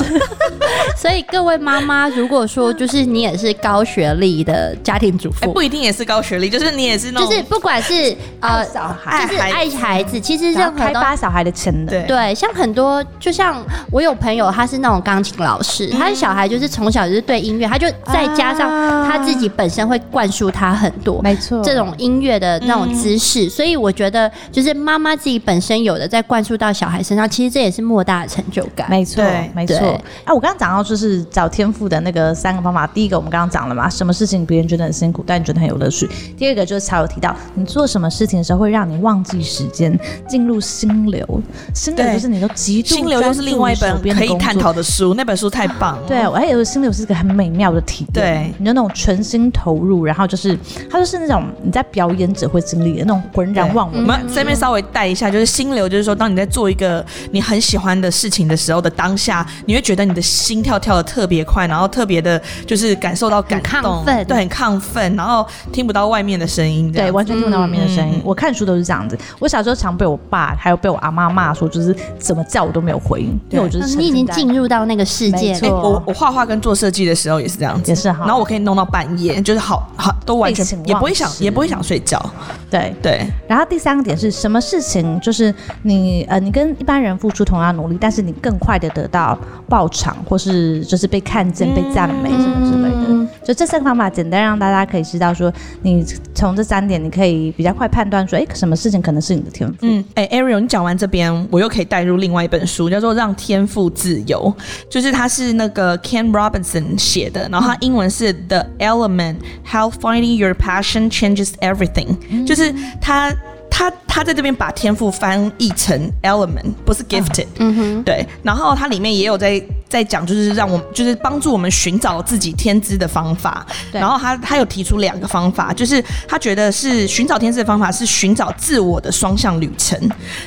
S1: 所以各位妈妈，如果说就是你也是高学历的家庭主
S3: 哎
S1: 妇，
S3: 不哦一定也是高学历，就是你也是那种
S1: 就是不管是呃
S2: 爱小孩
S1: 就是爱孩子，其实
S2: 然
S1: 任何
S2: 后开
S1: 东
S2: 发小孩的潜能，
S3: 对
S1: 对，像很多，就像我有朋友，他是那种钢琴老师，
S2: 嗯
S1: 他的小孩就是从小就是对音乐，他就再加上
S2: 啊
S1: 他自己本身会灌输他很多，
S2: 没错嗯
S1: 这种音乐的那种知识，所以我觉得就是妈妈自己本身有的在灌输到小孩身上，其实这也是莫大的成就感。
S2: 没错
S3: 对，
S2: 没错
S1: 对。
S2: 啊，我刚刚讲到就是找天赋的那个三个方法，第一个我们刚刚讲了嘛，什么事情别人觉得很辛苦，但你觉得很有乐趣。第二个就是才有提到，你做什么事情的时候会让你忘记时间，进入心流。心流
S3: 对
S2: 就是你都极度
S3: 心流又是另外一
S2: 专
S3: 本
S2: 注于手边的
S3: 可以
S2: 工作
S3: 探讨的书，那本书太棒了。
S2: 对，我啊还有心流是一个很美妙的体验，
S3: 对
S2: 你就那种全心投入，然后就是它就是那种你在表演者会经历的那种浑然忘
S3: 我
S2: 我。
S3: 们这边稍微带一下，就是心流，就是说，当你在做一个你很喜欢的事情的时候的当下，你会觉得你的心跳跳的特别快，然后特别的，就是感受到感动，
S1: 很亢奋
S3: 对，很亢奋，然后听不到外面的声音，这样
S2: 对，完全听不到外面的声音。
S3: 嗯嗯
S2: 我看书都是这样子。我小时候常被我爸还有被我阿妈骂说，就是怎么叫我都没有回应，因为我就是
S1: 嗯
S2: 沉
S1: 你已经
S2: 浸在
S1: 进入到那个世界
S2: 没
S3: 哎
S2: 错
S1: 了。
S3: 我我画画跟做设计的时候也是这样子，
S2: 也是哈
S3: 然后我可以弄到半夜，就是好好都完全
S2: 废
S3: 也
S2: 寝忘食
S3: 不会想也不会想睡觉，
S2: 对。
S3: 对，
S2: 然后第三个点是什么事情？就是你呃，你跟一般人付出同样努力，但是你更快的得到报偿，或是就是被看见、被赞美什么之类的。
S1: 嗯
S2: 就这三个方法，简单让大家可以知道说，你从这三点，你可以比较快判断说，哎，什么事情可能是你的天赋。
S3: 嗯，哎、a r i e l 你讲完这边，我又可以带入另外一本书，叫做《让天赋自由》，就是它是那个 Ken Robinson 写的，然后它英文是《The Element: How Finding Your Passion Changes Everything》，就是他他他在这边把天赋翻译成 element，不是 gifted，、
S1: 嗯哼，
S3: 对，然后它里面也有在在讲，就是让我们就是帮助我们寻找自己天资的方法。
S2: 对
S3: 然后他他有提出两个方法，就是他觉得是寻找天资的方法是寻找自我的双向旅程，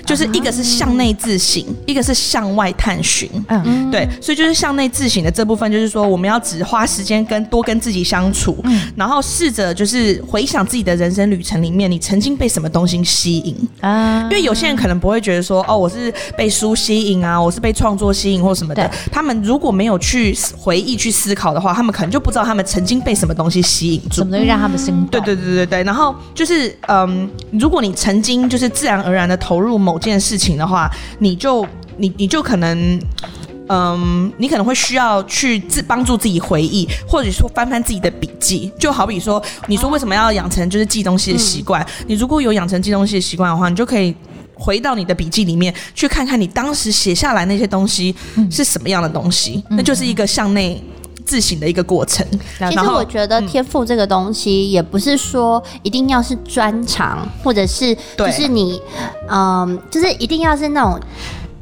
S3: 就是一个是向内自省，一个是向外探寻。
S2: 嗯，
S3: 对，所以就是向内自省的这部分，就是说我们要只花时间跟多跟
S1: 嗯
S3: 自己相处，然后试着就是回想自己的人生旅程里面，你曾经被什么东西吸引。
S2: 啊
S3: 因，为有些人可能不会觉得说，哦，我是被书吸引啊，我是被创作吸引或什么的
S2: 对。
S3: 他们如果没有去回忆、去思考的话，他们可能就不知道他们曾经被什么东西吸引住
S2: 什。么东西让他们心动？
S3: 对对对对对，然后就是嗯，如果你曾经就是自然而然的投入某件事情的话，你就你你就可能。嗯，你可能会需要去自帮助自己回忆，或者说翻翻自己的笔记。就好比说，你说为什么要养成就是记东西的习惯？
S1: 嗯
S3: 你如果有养成记东西的习惯的话，你就可以回到你的笔记里面去看看你当时写下来那些东西
S1: 嗯
S3: 是什么样的东西，那就是一个向内自省的一个过程。
S2: 了解
S1: 其
S3: 然
S1: 实
S3: 后
S1: 我
S3: 嗯
S1: 觉得天赋这个东西，也不是说一定要是专长，或者是就
S3: 对
S1: 是你，嗯，就是一定要是那种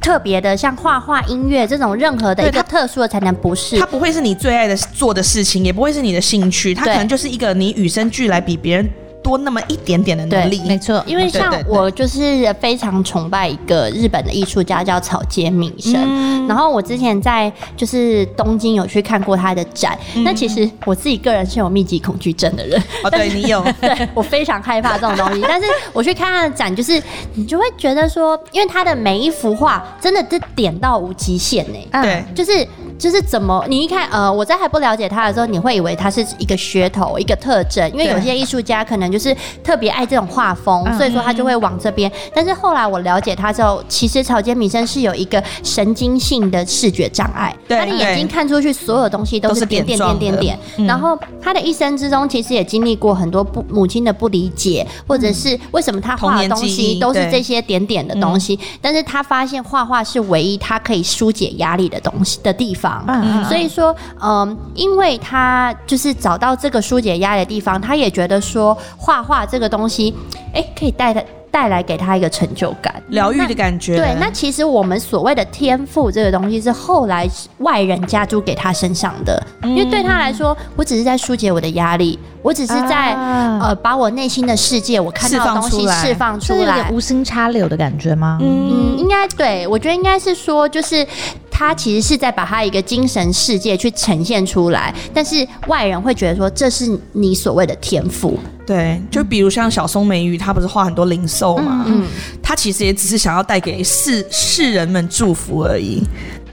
S1: 特别的，像画画、音乐这种任何的
S3: 对
S1: 一个特殊的才能不是
S3: 它。不会是你最爱的做的事情，也不会是你的兴趣，它
S1: 对
S3: 可能就是一个你与生俱来比别人多那么一点点的能力。哦
S2: 没错，
S1: 因为
S3: 对
S1: 像
S3: 对对
S1: 我就是非常崇拜一个日本的艺术家叫草间弥生，
S3: 嗯
S1: 然后我之前在就是东京有去看过他的展。
S3: 嗯
S1: 那其实我自己个人是有密集恐惧症的人，
S3: 哦，对你有，
S1: 对我非常害怕这种东西。但是我去看他的展，就是你就会觉得说，因为他的每一幅画真的是点到无极限欸呢、
S2: 嗯
S3: 对
S1: 就是就是怎么你一看呃，我在还不了解他的时候，你会以为他是一个噱头、一个特征，因为
S2: 对
S1: 有些艺术家可能就是特别爱这种画风，
S2: 嗯
S1: 所以说他就会往这边。但是后来我了解他之后，其实草间弥生是有一个神经性的视觉障碍，
S3: 对
S1: 他的眼睛
S3: 对
S1: 看出去所有东西都
S3: 都
S1: 是
S3: 是
S1: 点
S3: 点
S1: 点点点
S3: 状的嗯
S1: 点。然后他的一生之中，其实也经历过很多不母亲的不理解，或者是为什么他画的东
S3: 嗯童年记
S1: 西
S3: 忆
S1: 都是
S3: 对
S1: 这些点点的东西，
S3: 嗯
S1: 但是他发现画画是唯一他可以疏解压力的东西的地方。
S2: 嗯
S1: 所以说，嗯，因为他就是找到这个疏解压力的地方，他也觉得说画画这个东西，哎、可以带来带来给他一个成就感。
S3: 疗愈的感觉。
S1: 对，那其实我们所谓的天赋这个东西是后来外人加诸给他身上的，
S3: 嗯
S1: 因为对他来说，我只是在疏解我的压力，我只是在、
S2: 啊
S1: 呃把我内心的世界我看到的东西
S3: 释放出来
S1: 释放出
S2: 是有
S1: 来
S2: 点。无心插柳的感觉吗？
S1: 嗯，应该对，我觉得应该是说，就是他其实是在把他一个精神世界去呈现出来，但是外人会觉得说这是你所谓的天赋，
S3: 对，就比如像小松美玉，她不是画很多零售嘛，
S1: 嗯
S3: 她其实也只是想要带给世世人们祝福而已。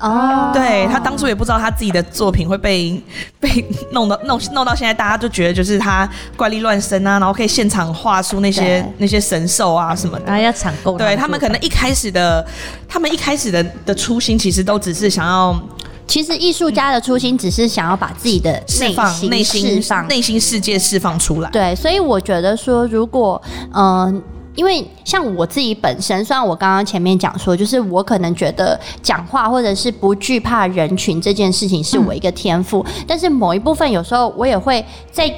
S1: 哦，
S3: 对她当初也不知道她自己的作品会被 被弄到弄弄到现在，大家就觉得就是她怪力乱神啊，然后可以现场画出那些
S1: 对
S3: 那些神兽啊什么的
S2: 然。后要抢购，
S3: 对他们可能一开始的，他们一开始的的初心其实都只是想要
S1: 其实艺术家的初心只是想要把自己的
S3: 释
S1: 内
S3: 放
S1: 心
S3: 内心
S1: 释放
S3: 内心世界释放出来。
S1: 对，所以我觉得说，如果嗯、因为像我自己本身，虽然我刚刚前面讲说，就是我可能觉得讲话或者是不惧怕人群这件事情是我一个天赋，但是某一部分有时候我也会在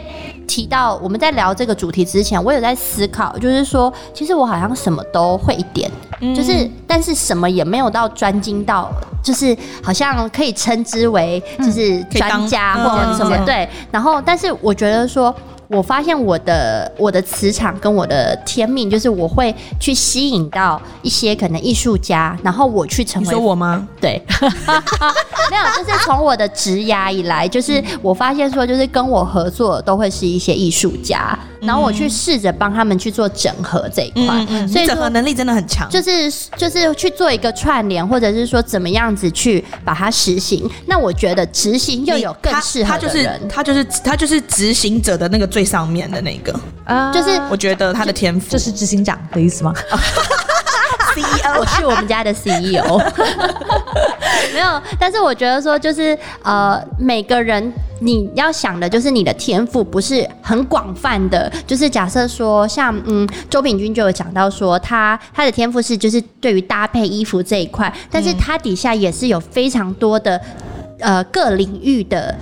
S1: 提到我们在聊这个主题之前，我有在思考，就是说，其实我好像什么都会一点，
S3: 嗯
S1: 就是但是什么也没有到专精到，就是好像可以称之为就是
S3: 可以当
S1: 专家
S3: 嗯
S1: 或者什么
S3: 嗯嗯
S1: 对，然后但是我觉得说。我发现我的我的磁场跟我的天命，就是我会去吸引到一些可能艺术家，然后我去成
S3: 你
S1: 为
S3: 说我吗？
S1: 对，没有，就是从我的职涯以来，就是我发现说，就是跟我合作都会是一些艺术家，
S3: 嗯
S1: 然后我去试着帮他们去做整合这一块，嗯所以
S3: 嗯你整合
S1: 说。
S3: 能力真的很强。
S1: 就是就是去做一个串联，或者是说怎么样子去把它实行。那我觉得执行又
S3: 你
S1: 有更
S3: 他
S1: 适合
S3: 他就
S1: 的
S3: 是
S1: 人，
S3: 他就是他就是执行者的那个最上面的那个，
S2: 啊
S1: 嗯就是
S3: 我觉得他的天赋
S2: 就是执行长的意思吗？
S1: 我哦是我们家的 E CEO，没有，但是我觉得说就是呃，每个人你要想的就是你的天赋不是很广泛的，就是假设说像嗯，周秉钧就有讲到说他他的天赋是就是对于搭配衣服这一块，但是他底下也是有非常多的呃各领域的。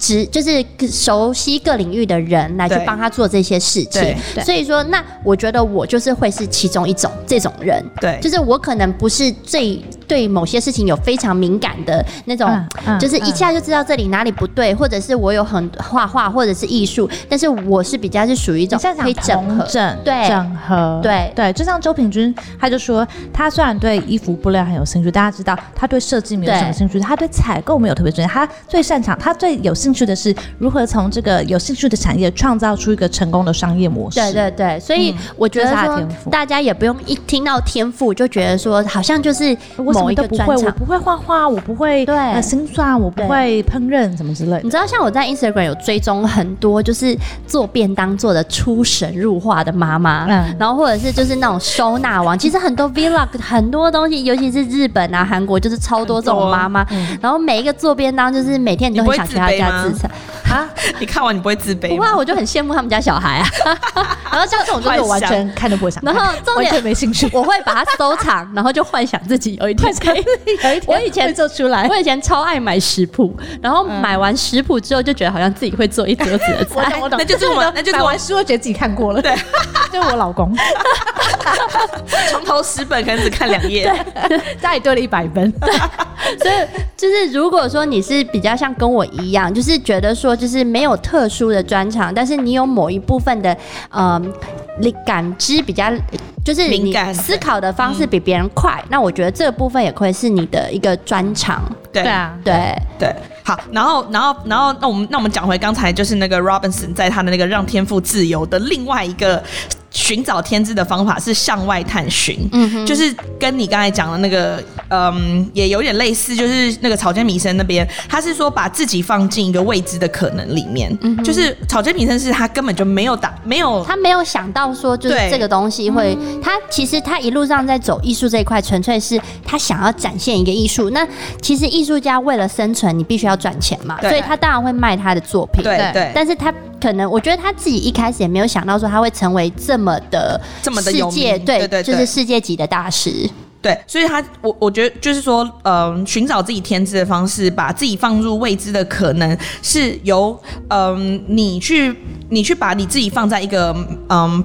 S1: 职就是熟悉各领域的人来去
S3: 对
S1: 帮他做这些事情
S3: 对，
S2: 对
S1: 所以说，那我觉得我就是会是其中一种这种人，
S3: 对
S1: 就是我可能不是最对某些事情有非常敏感的那种，
S2: 嗯嗯
S1: 就是一下就知道这里哪里不对，或者是我有很画画或者是艺术，但是我是比较是属于一种
S2: 现在
S1: 可以整合，
S2: 整
S1: 对
S2: 整合，
S1: 对
S2: 对，就像周品君，他就说，他虽然对衣服布料很有兴趣，大家知道他对设计没有
S1: 对
S2: 什么兴趣，他对采购没有特别专业，他最擅长，他最有兴兴趣的是如何从这个有兴趣的产业创造出一个成功的商业模式。
S1: 对对对，所以我觉
S2: 嗯这
S1: 得
S2: 是他的
S1: 说
S2: 天，赋
S1: 大家也不用一听到天赋就觉得说好像就是
S2: 我什
S1: 某
S2: 么
S1: 一
S2: 都
S1: 个
S2: 不
S1: 专
S2: 会，我
S1: 长。
S2: 不会画画，我不会
S1: 对
S2: 呃心算，我不
S1: 对
S2: 会烹饪什么之类
S1: 你
S2: 的。
S1: 知道，像我在 Instagram 有追踪很多，就是做便当做的出神入化的妈妈，
S2: 嗯
S1: 然后或者是就是那种收纳王，其实很多 Vlog 很多东西，尤其是日本啊、韩国，就是超多这种妈妈。然后每一个做便当，就是每天你都很想去她家自产啊，
S3: 你看完你不会自卑
S1: 不
S3: 吗？
S1: 会啊，我就很羡慕他们家小孩啊。 然后像这种就
S2: 就是是我
S1: 我完
S2: 完
S1: 全，
S2: 全看都不会想看，
S1: 然后重
S2: 完
S1: 点
S2: 全没兴趣。
S1: 我会把它收藏，然后就幻想自己有一天可以。
S2: 有一天
S1: 我以前
S2: 会做出来，
S1: 我以前超爱买食谱，然后买完食谱之后就觉得好像自己会做一桌子的菜。
S2: 我懂
S3: 那就是我那就是我
S2: 买完书，我觉得自己看过了。对， 就是我 老公
S3: 从头十本可能只看 两页，
S2: 家里堆了一百本，
S1: 所以就是如果说你是比较像跟我一样，就是觉得说就是没有特殊的专长，但是你有某一部分的呃你感知比较。就是
S3: 敏
S1: 你
S3: 感嗯
S1: 思考的方式比别人快，那我觉得这个部分也会是你的一个专长。
S3: 对
S2: 啊，
S1: 对，
S3: 对，好，然后，然后，然后，那我们那我们讲回刚才就是那个 Robinson 在他的那个让天赋自由的另外一个寻找天资的方法是向外探寻，
S1: 嗯哼
S3: 就是跟你刚才讲的那个，嗯，也有点类似，就是那个草间弥生那边，他是说把自己放进一个未知的可能里面，
S1: 嗯
S3: 就是草间弥生是他根本就没有打没有
S1: 他没有想到说，就是
S3: 对
S1: 这个东西会，他其实他一路上在走艺术这一块，纯粹是他想要展现一个艺术。那其实艺术家为了生存，你必须要赚钱嘛，
S3: 对
S1: 所以他当然会卖他的作品。
S3: 对
S2: 对
S3: 对
S1: 但是他可能，我觉得他自己一开始也没有想到说他会成为这么的
S3: 这么的
S1: 世
S3: 有名
S1: 界，
S3: 对对对
S1: 就是世界级的大师。
S3: 对，所以他我我觉得就是说，嗯、寻找自己天资的方式，把自己放入未知的可能，是由嗯、你去你去把你自己放在一个嗯。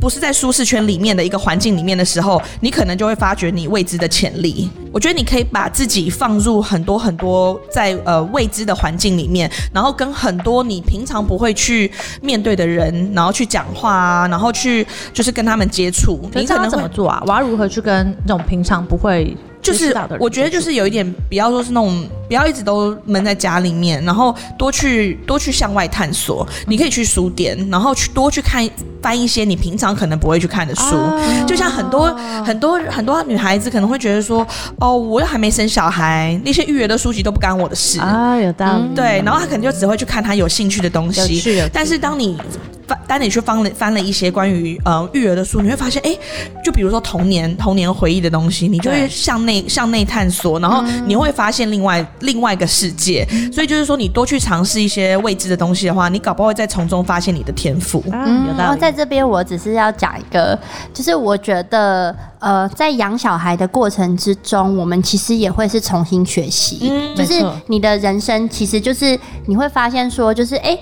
S3: 不是在舒适圈里面的一个环境里面的时候，你可能就会发掘你未知的潜力。我觉得你可以把自己放入很多很多在呃未知的环境里面，然后跟很多你平常不会去面对的人，然后去讲话啊，然后去就是跟他们接触。
S2: 可
S3: 你
S2: 是
S3: 可
S2: 这样要
S3: 能
S2: 怎
S3: 会
S2: 么做啊？我要如何去跟那种平常不会
S3: 就
S2: 接触
S3: 是
S2: 到的人
S3: 我觉得就
S2: 接触
S3: 是有一点，不要说是那种不要一直都闷在家里面，然后多去多去向外探索。你可以去书店，然后去多去看翻一些你平常可能不会去看的书。
S2: 啊
S3: 就像很多很多很多女孩子可能会觉得说，哦，我又还没生小孩，那些育儿的书籍都不干我的事。
S2: 啊，有道理。
S3: 对，然后她可能就只会去看她有兴趣的东
S2: 有趣有
S3: 西
S2: 趣。
S3: 但是当你翻，当你去翻了翻了一些关于呃育儿的书，你会发现，哎，就比如说童年童年回忆的东西，你就会
S2: 对
S3: 向内向内探索，然后你会发现另外另外一个世界。所以就是说，你多去尝试一些未知的东西的话，你搞不好会在从中发现你的天赋。
S2: 啊，有
S1: 然
S2: 道
S3: 哦
S1: 后嗯
S2: 理。
S1: 哦在这边，我只是要讲一个，就是我觉得，呃，在养小孩的过程之中，我们其实也会是重新学习，
S3: 嗯
S1: 就
S2: 没
S1: 是
S2: 错
S1: 你的人生，其实就是你会发现说，就是哎。诶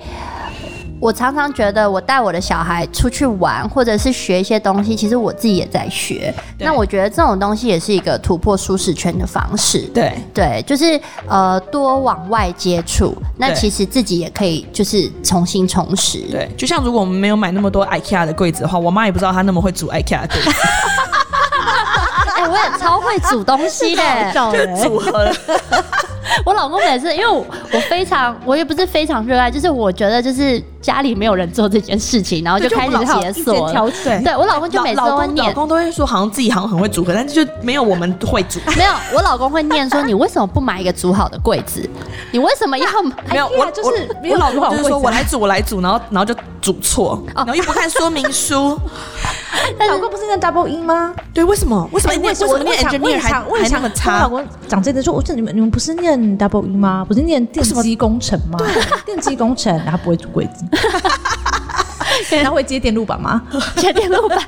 S1: 我常常觉得，我带我的小孩出去玩，或者是学一些东西，其实我自己也在学。
S3: 对
S1: 那我觉得这种东西也是一个突破舒适圈的方式。
S3: 对
S1: 对，就是呃，多往外接触，那
S3: 对
S1: 其实自己也可以就是重新重拾。
S3: 对，就像如果我们没有买那么多 IKEA 的柜子的话，我妈也不知道她那么会煮 IKEA 的柜 子，
S1: 哎、我也超会煮东西 的、
S3: 就是
S2: 欸
S3: 组合了。
S1: 我老公每次，因为我我非常，我也不是非常热爱，就是我觉得就是家里没有人做这件事情，然后就开始解锁了。
S3: 对
S1: 对我老公就每次
S3: 老
S1: 都会
S3: 公老
S1: 念，
S3: 公都会说，好像自己好像很会煮，可但是就没有我们会煮。
S1: 没有，我老公会念说：“你为什么不买一个煮好的柜子？你为什么要买？”
S3: 没有，
S2: IKEA
S3: 我
S2: 就是
S3: 我
S2: 没有
S3: 我老
S2: 煮好
S3: 哎公就是
S2: 柜
S3: 说
S2: 子
S3: 我
S2: 啊
S3: 来煮，我来煮，然后然后就煮错，然后又不看说明书。
S2: 老公不是念 double E 吗？
S3: 对，为什么？为什么
S2: 哎
S3: 你
S2: 我也
S3: 念？
S2: 是
S3: 为什么念
S2: 常我也
S3: engineer 还
S2: 常我也
S3: 还那
S2: 常
S3: 么
S2: 跟我老
S3: 差？
S2: 公讲这个，说我这你们你们不是念 double E 吗？不是念电机工程吗？电机工程，然后不会煮柜子，然后会接电路板吗？
S1: 接电路板。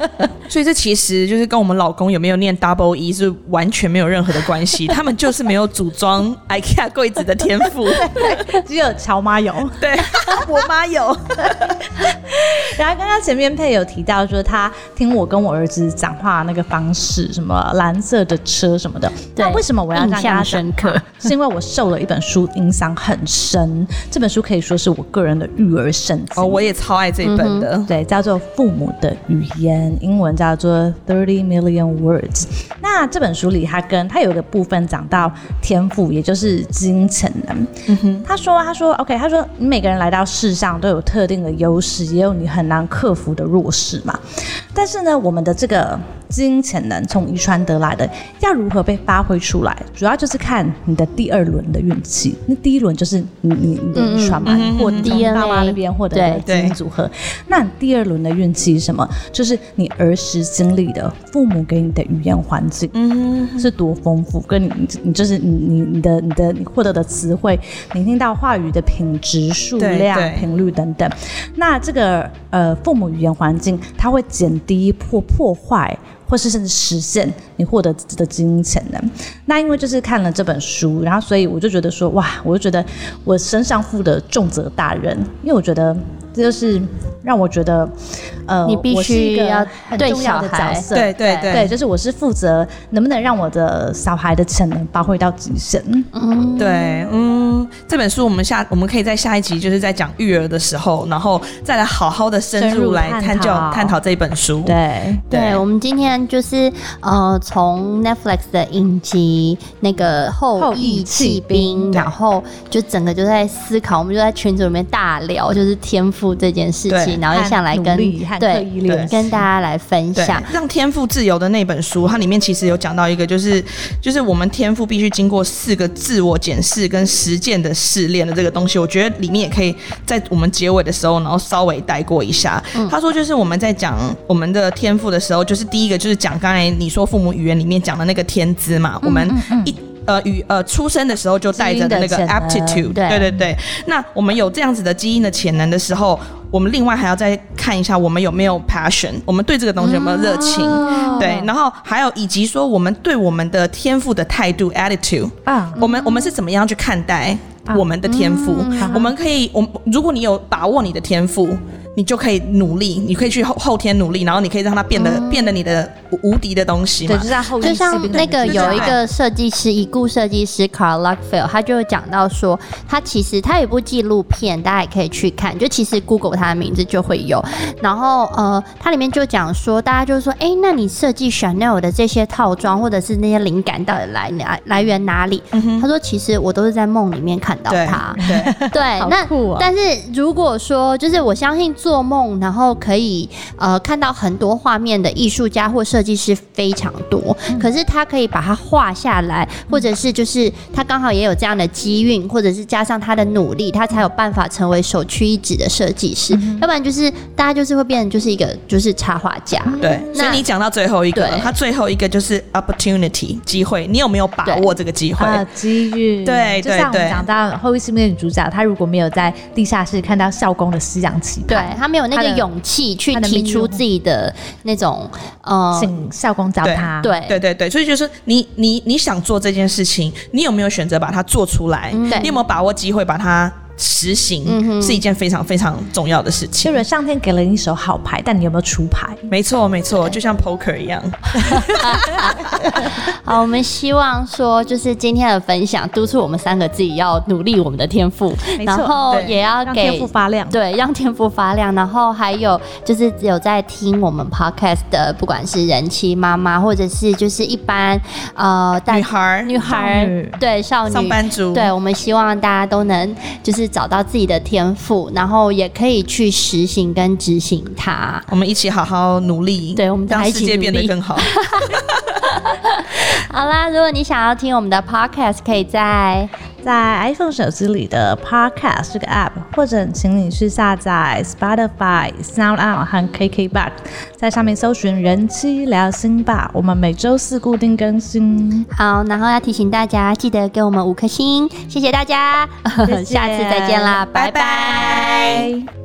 S3: 所以这其实就是跟我们老公有没有念 double E 是完全没有任何的关 系，他们就是没有组装 IKEA 柜子的天 赋。
S2: 只有乔妈有。
S3: 对，我妈有。
S2: 然后刚刚前面佩有提到说，他听我跟我儿子讲话那个方式，什么蓝色的车什么的。
S1: 对
S2: 那为什么我要这样
S1: 印
S2: 跟
S1: 象
S2: 他
S1: 深
S2: 讲
S1: 刻
S2: 话？是因为我受了一本书影响很深，这本书可以说是我个人的育儿圣经。
S3: 哦哦，我也超爱这一本，讲的。
S2: 对，叫做《父母的语言》，英文叫做《Thirty Million Words》。那这本书里，他跟他有一个部分讲到天赋，也就是基因潜能。他说，他说，OK，他说，你每个人来到世上都有特定的优势，也有你很难克服的弱势嘛。但是呢，我们的这个基因潜能从遗传得来的，要如何被发挥出来，主要就是看你的第二轮的运气。那第一轮就是你你你的遗传嘛，你或你从爸妈那边获得的基因组合。那你第二轮的运气是什么？就是你儿时经历的父母给你的语言环境。
S3: 嗯，
S2: 是多丰富，跟你你就是你你你的你的你获得的词汇，你听到话语的品质、数
S3: 对
S2: 量
S3: 对、
S2: 频率等等。那这个呃父母语言环境，它会减低或破坏。或是甚至实现你获得的基因潜能，那因为就是看了这本书，然后所以我就觉得说，哇，我就觉得我身上负的重责大任，因为我觉得这就是让我觉得，呃，
S1: 你必
S2: 我是
S1: 须
S2: 一个
S1: 要
S2: 很
S1: 对
S2: 重要的
S1: 小孩
S2: 角色，
S3: 对对对
S2: 对，就是我是负责能不能让我的小孩的潜能发挥到极限。
S1: 哦
S3: 对，嗯，这本书我们下我们可以在下一集就是在讲育儿的时候，然后再来好好的深
S2: 深入
S3: 入来
S2: 探
S3: 探究
S2: 讨
S3: 探讨这本书。
S2: 对，
S1: 对，我们今天就是呃，从 Netflix 的影集那个《后
S2: 后
S1: 羿
S2: 羿
S1: 弃
S2: 弃
S1: 兵
S2: 兵》，
S1: 然后就整个就在思考，我们就在群组里面大聊，就是天赋这件事
S3: 对
S1: 情，然后就想来跟
S2: 和努力和刻
S1: 对
S2: 意练习
S1: 跟大家来分
S3: 对
S1: 享。，
S3: 让天赋自由的那本书，它里面其实有讲到一个，就是就是我们天赋必须经过四个自我检视跟实践的试炼的这个东西，我觉得里面也可以在我们结尾的时候，然后稍微带过一下。他说，就是我们在讲我们的天赋的时候，就是第一个就是讲刚才你说父母语言里面讲的那个天资嘛，我们一。呃，语呃，出生的时候就带着那
S2: 基
S3: 个
S2: 因的潜能
S3: aptitude，
S1: 对
S3: 对对对。那我们有这样子的基因的潜能的时候，我们另外还要再看一下我们有没有 passion，我们对这个东西有没有热情。
S2: 哦
S3: 对，然后还有以及说我们对我们的天赋的态度 attitude，
S2: 啊，
S3: 我们我们是怎么样去看待我们的天赋？
S2: 嗯
S3: 我们可以，我们如果你有把握你的天赋，你就可以努力，你可以去后后天努力，然后你可以让它变得、变得你的无无敌的东西
S2: 嗯对，
S3: 嘛
S2: 就。像后羿
S1: 就
S2: 弃
S1: 像
S2: 兵
S1: 那个
S2: 的
S1: 有一
S2: 故事
S1: 个设计师，已故设计师 Carl Lockfield，他就讲到说，他其实他有一部纪录片，大家也可以去看，就其实 Google 他的名字就会有。然后呃，它里面就讲说，大家就说，哎、那你设计 Chanel 的这些套装或者是那些灵感到底来来来源哪里？他说，其实我都是在梦里面看到
S3: 对
S1: 它。
S3: 对，
S1: 对，
S2: 好
S1: 那、
S2: 酷哦
S1: 但是如果说就是我相信做梦，然后可以呃看到很多画面的艺术家或设计师非常多，
S2: 嗯
S1: 可是他可以把它画下来，或者是就是他刚好也有这样的机运，或者是加上他的努力，他才有办法成为首屈一指的设计师，
S2: 嗯
S1: 要不然就是大家就是会变成就是一个就是插画家。
S2: 嗯
S3: 对，
S1: 那
S3: 所以你讲到最后一个
S1: 对，
S3: 它最后一个就是 opportunity 机会，你有没有把握这个机会？
S2: 啊，机遇
S3: 对
S2: 就像我
S3: 对
S2: 们
S3: 对
S2: 讲到后羿弃兵的女主角，她如果没有在地下室看到校工的夕阳旗
S1: 对
S2: 袍，
S1: 他没有那
S2: 他
S1: 个
S2: 的
S1: 勇气去
S2: 他的
S1: 提
S2: 命运
S1: 出自己的那种呃，
S2: 请校工教
S3: 对
S2: 她，
S1: 对
S3: 对对对，所以就是你你你想做这件事情，你有没有选择把它做出来？
S1: 嗯对嗯
S3: 你有没有把握机会把它实行？是一件非常非常重要的事情
S2: 就。是上天给了你一手好牌，但你有没有出牌？
S3: 没错，没错，就像 poker 一样。
S1: 好，我们希望说，就是今天的分享，督促我们三个自己要努力我们的天赋，
S2: 没
S1: 然
S2: 错
S1: 后
S3: 对
S1: 也要
S2: 让
S1: 给
S2: 天赋发亮。
S1: 对，让天赋发亮。然后还有就是有在听我们 podcast 的，不管是人妻妈妈，或者是就是一般呃大
S3: 女孩儿
S1: 女孩
S2: 少女
S1: 对少女
S3: 上班族
S1: 对我们希望大家都能就是找到自己的天赋，然后也可以去实行跟执行它。
S3: 我们一起好好努力，
S1: 对我们大
S3: 让
S1: 家一
S3: 世
S1: 起
S3: 界
S1: 努力
S3: 变 得更好。
S1: 好啦，如果你想要听我们的 podcast，可以在
S2: 在 iPhone 手机里的 Podcast 这个 App，或者请你去下载 Spotify、SoundOn 和 KKBox，在上面搜寻“人妻聊心吧”，我们每周四固定更新。
S1: 好，然后要提醒大家，记得 给我们五颗星，谢谢大家，
S2: 谢谢
S1: 下次再见啦，拜拜
S2: 拜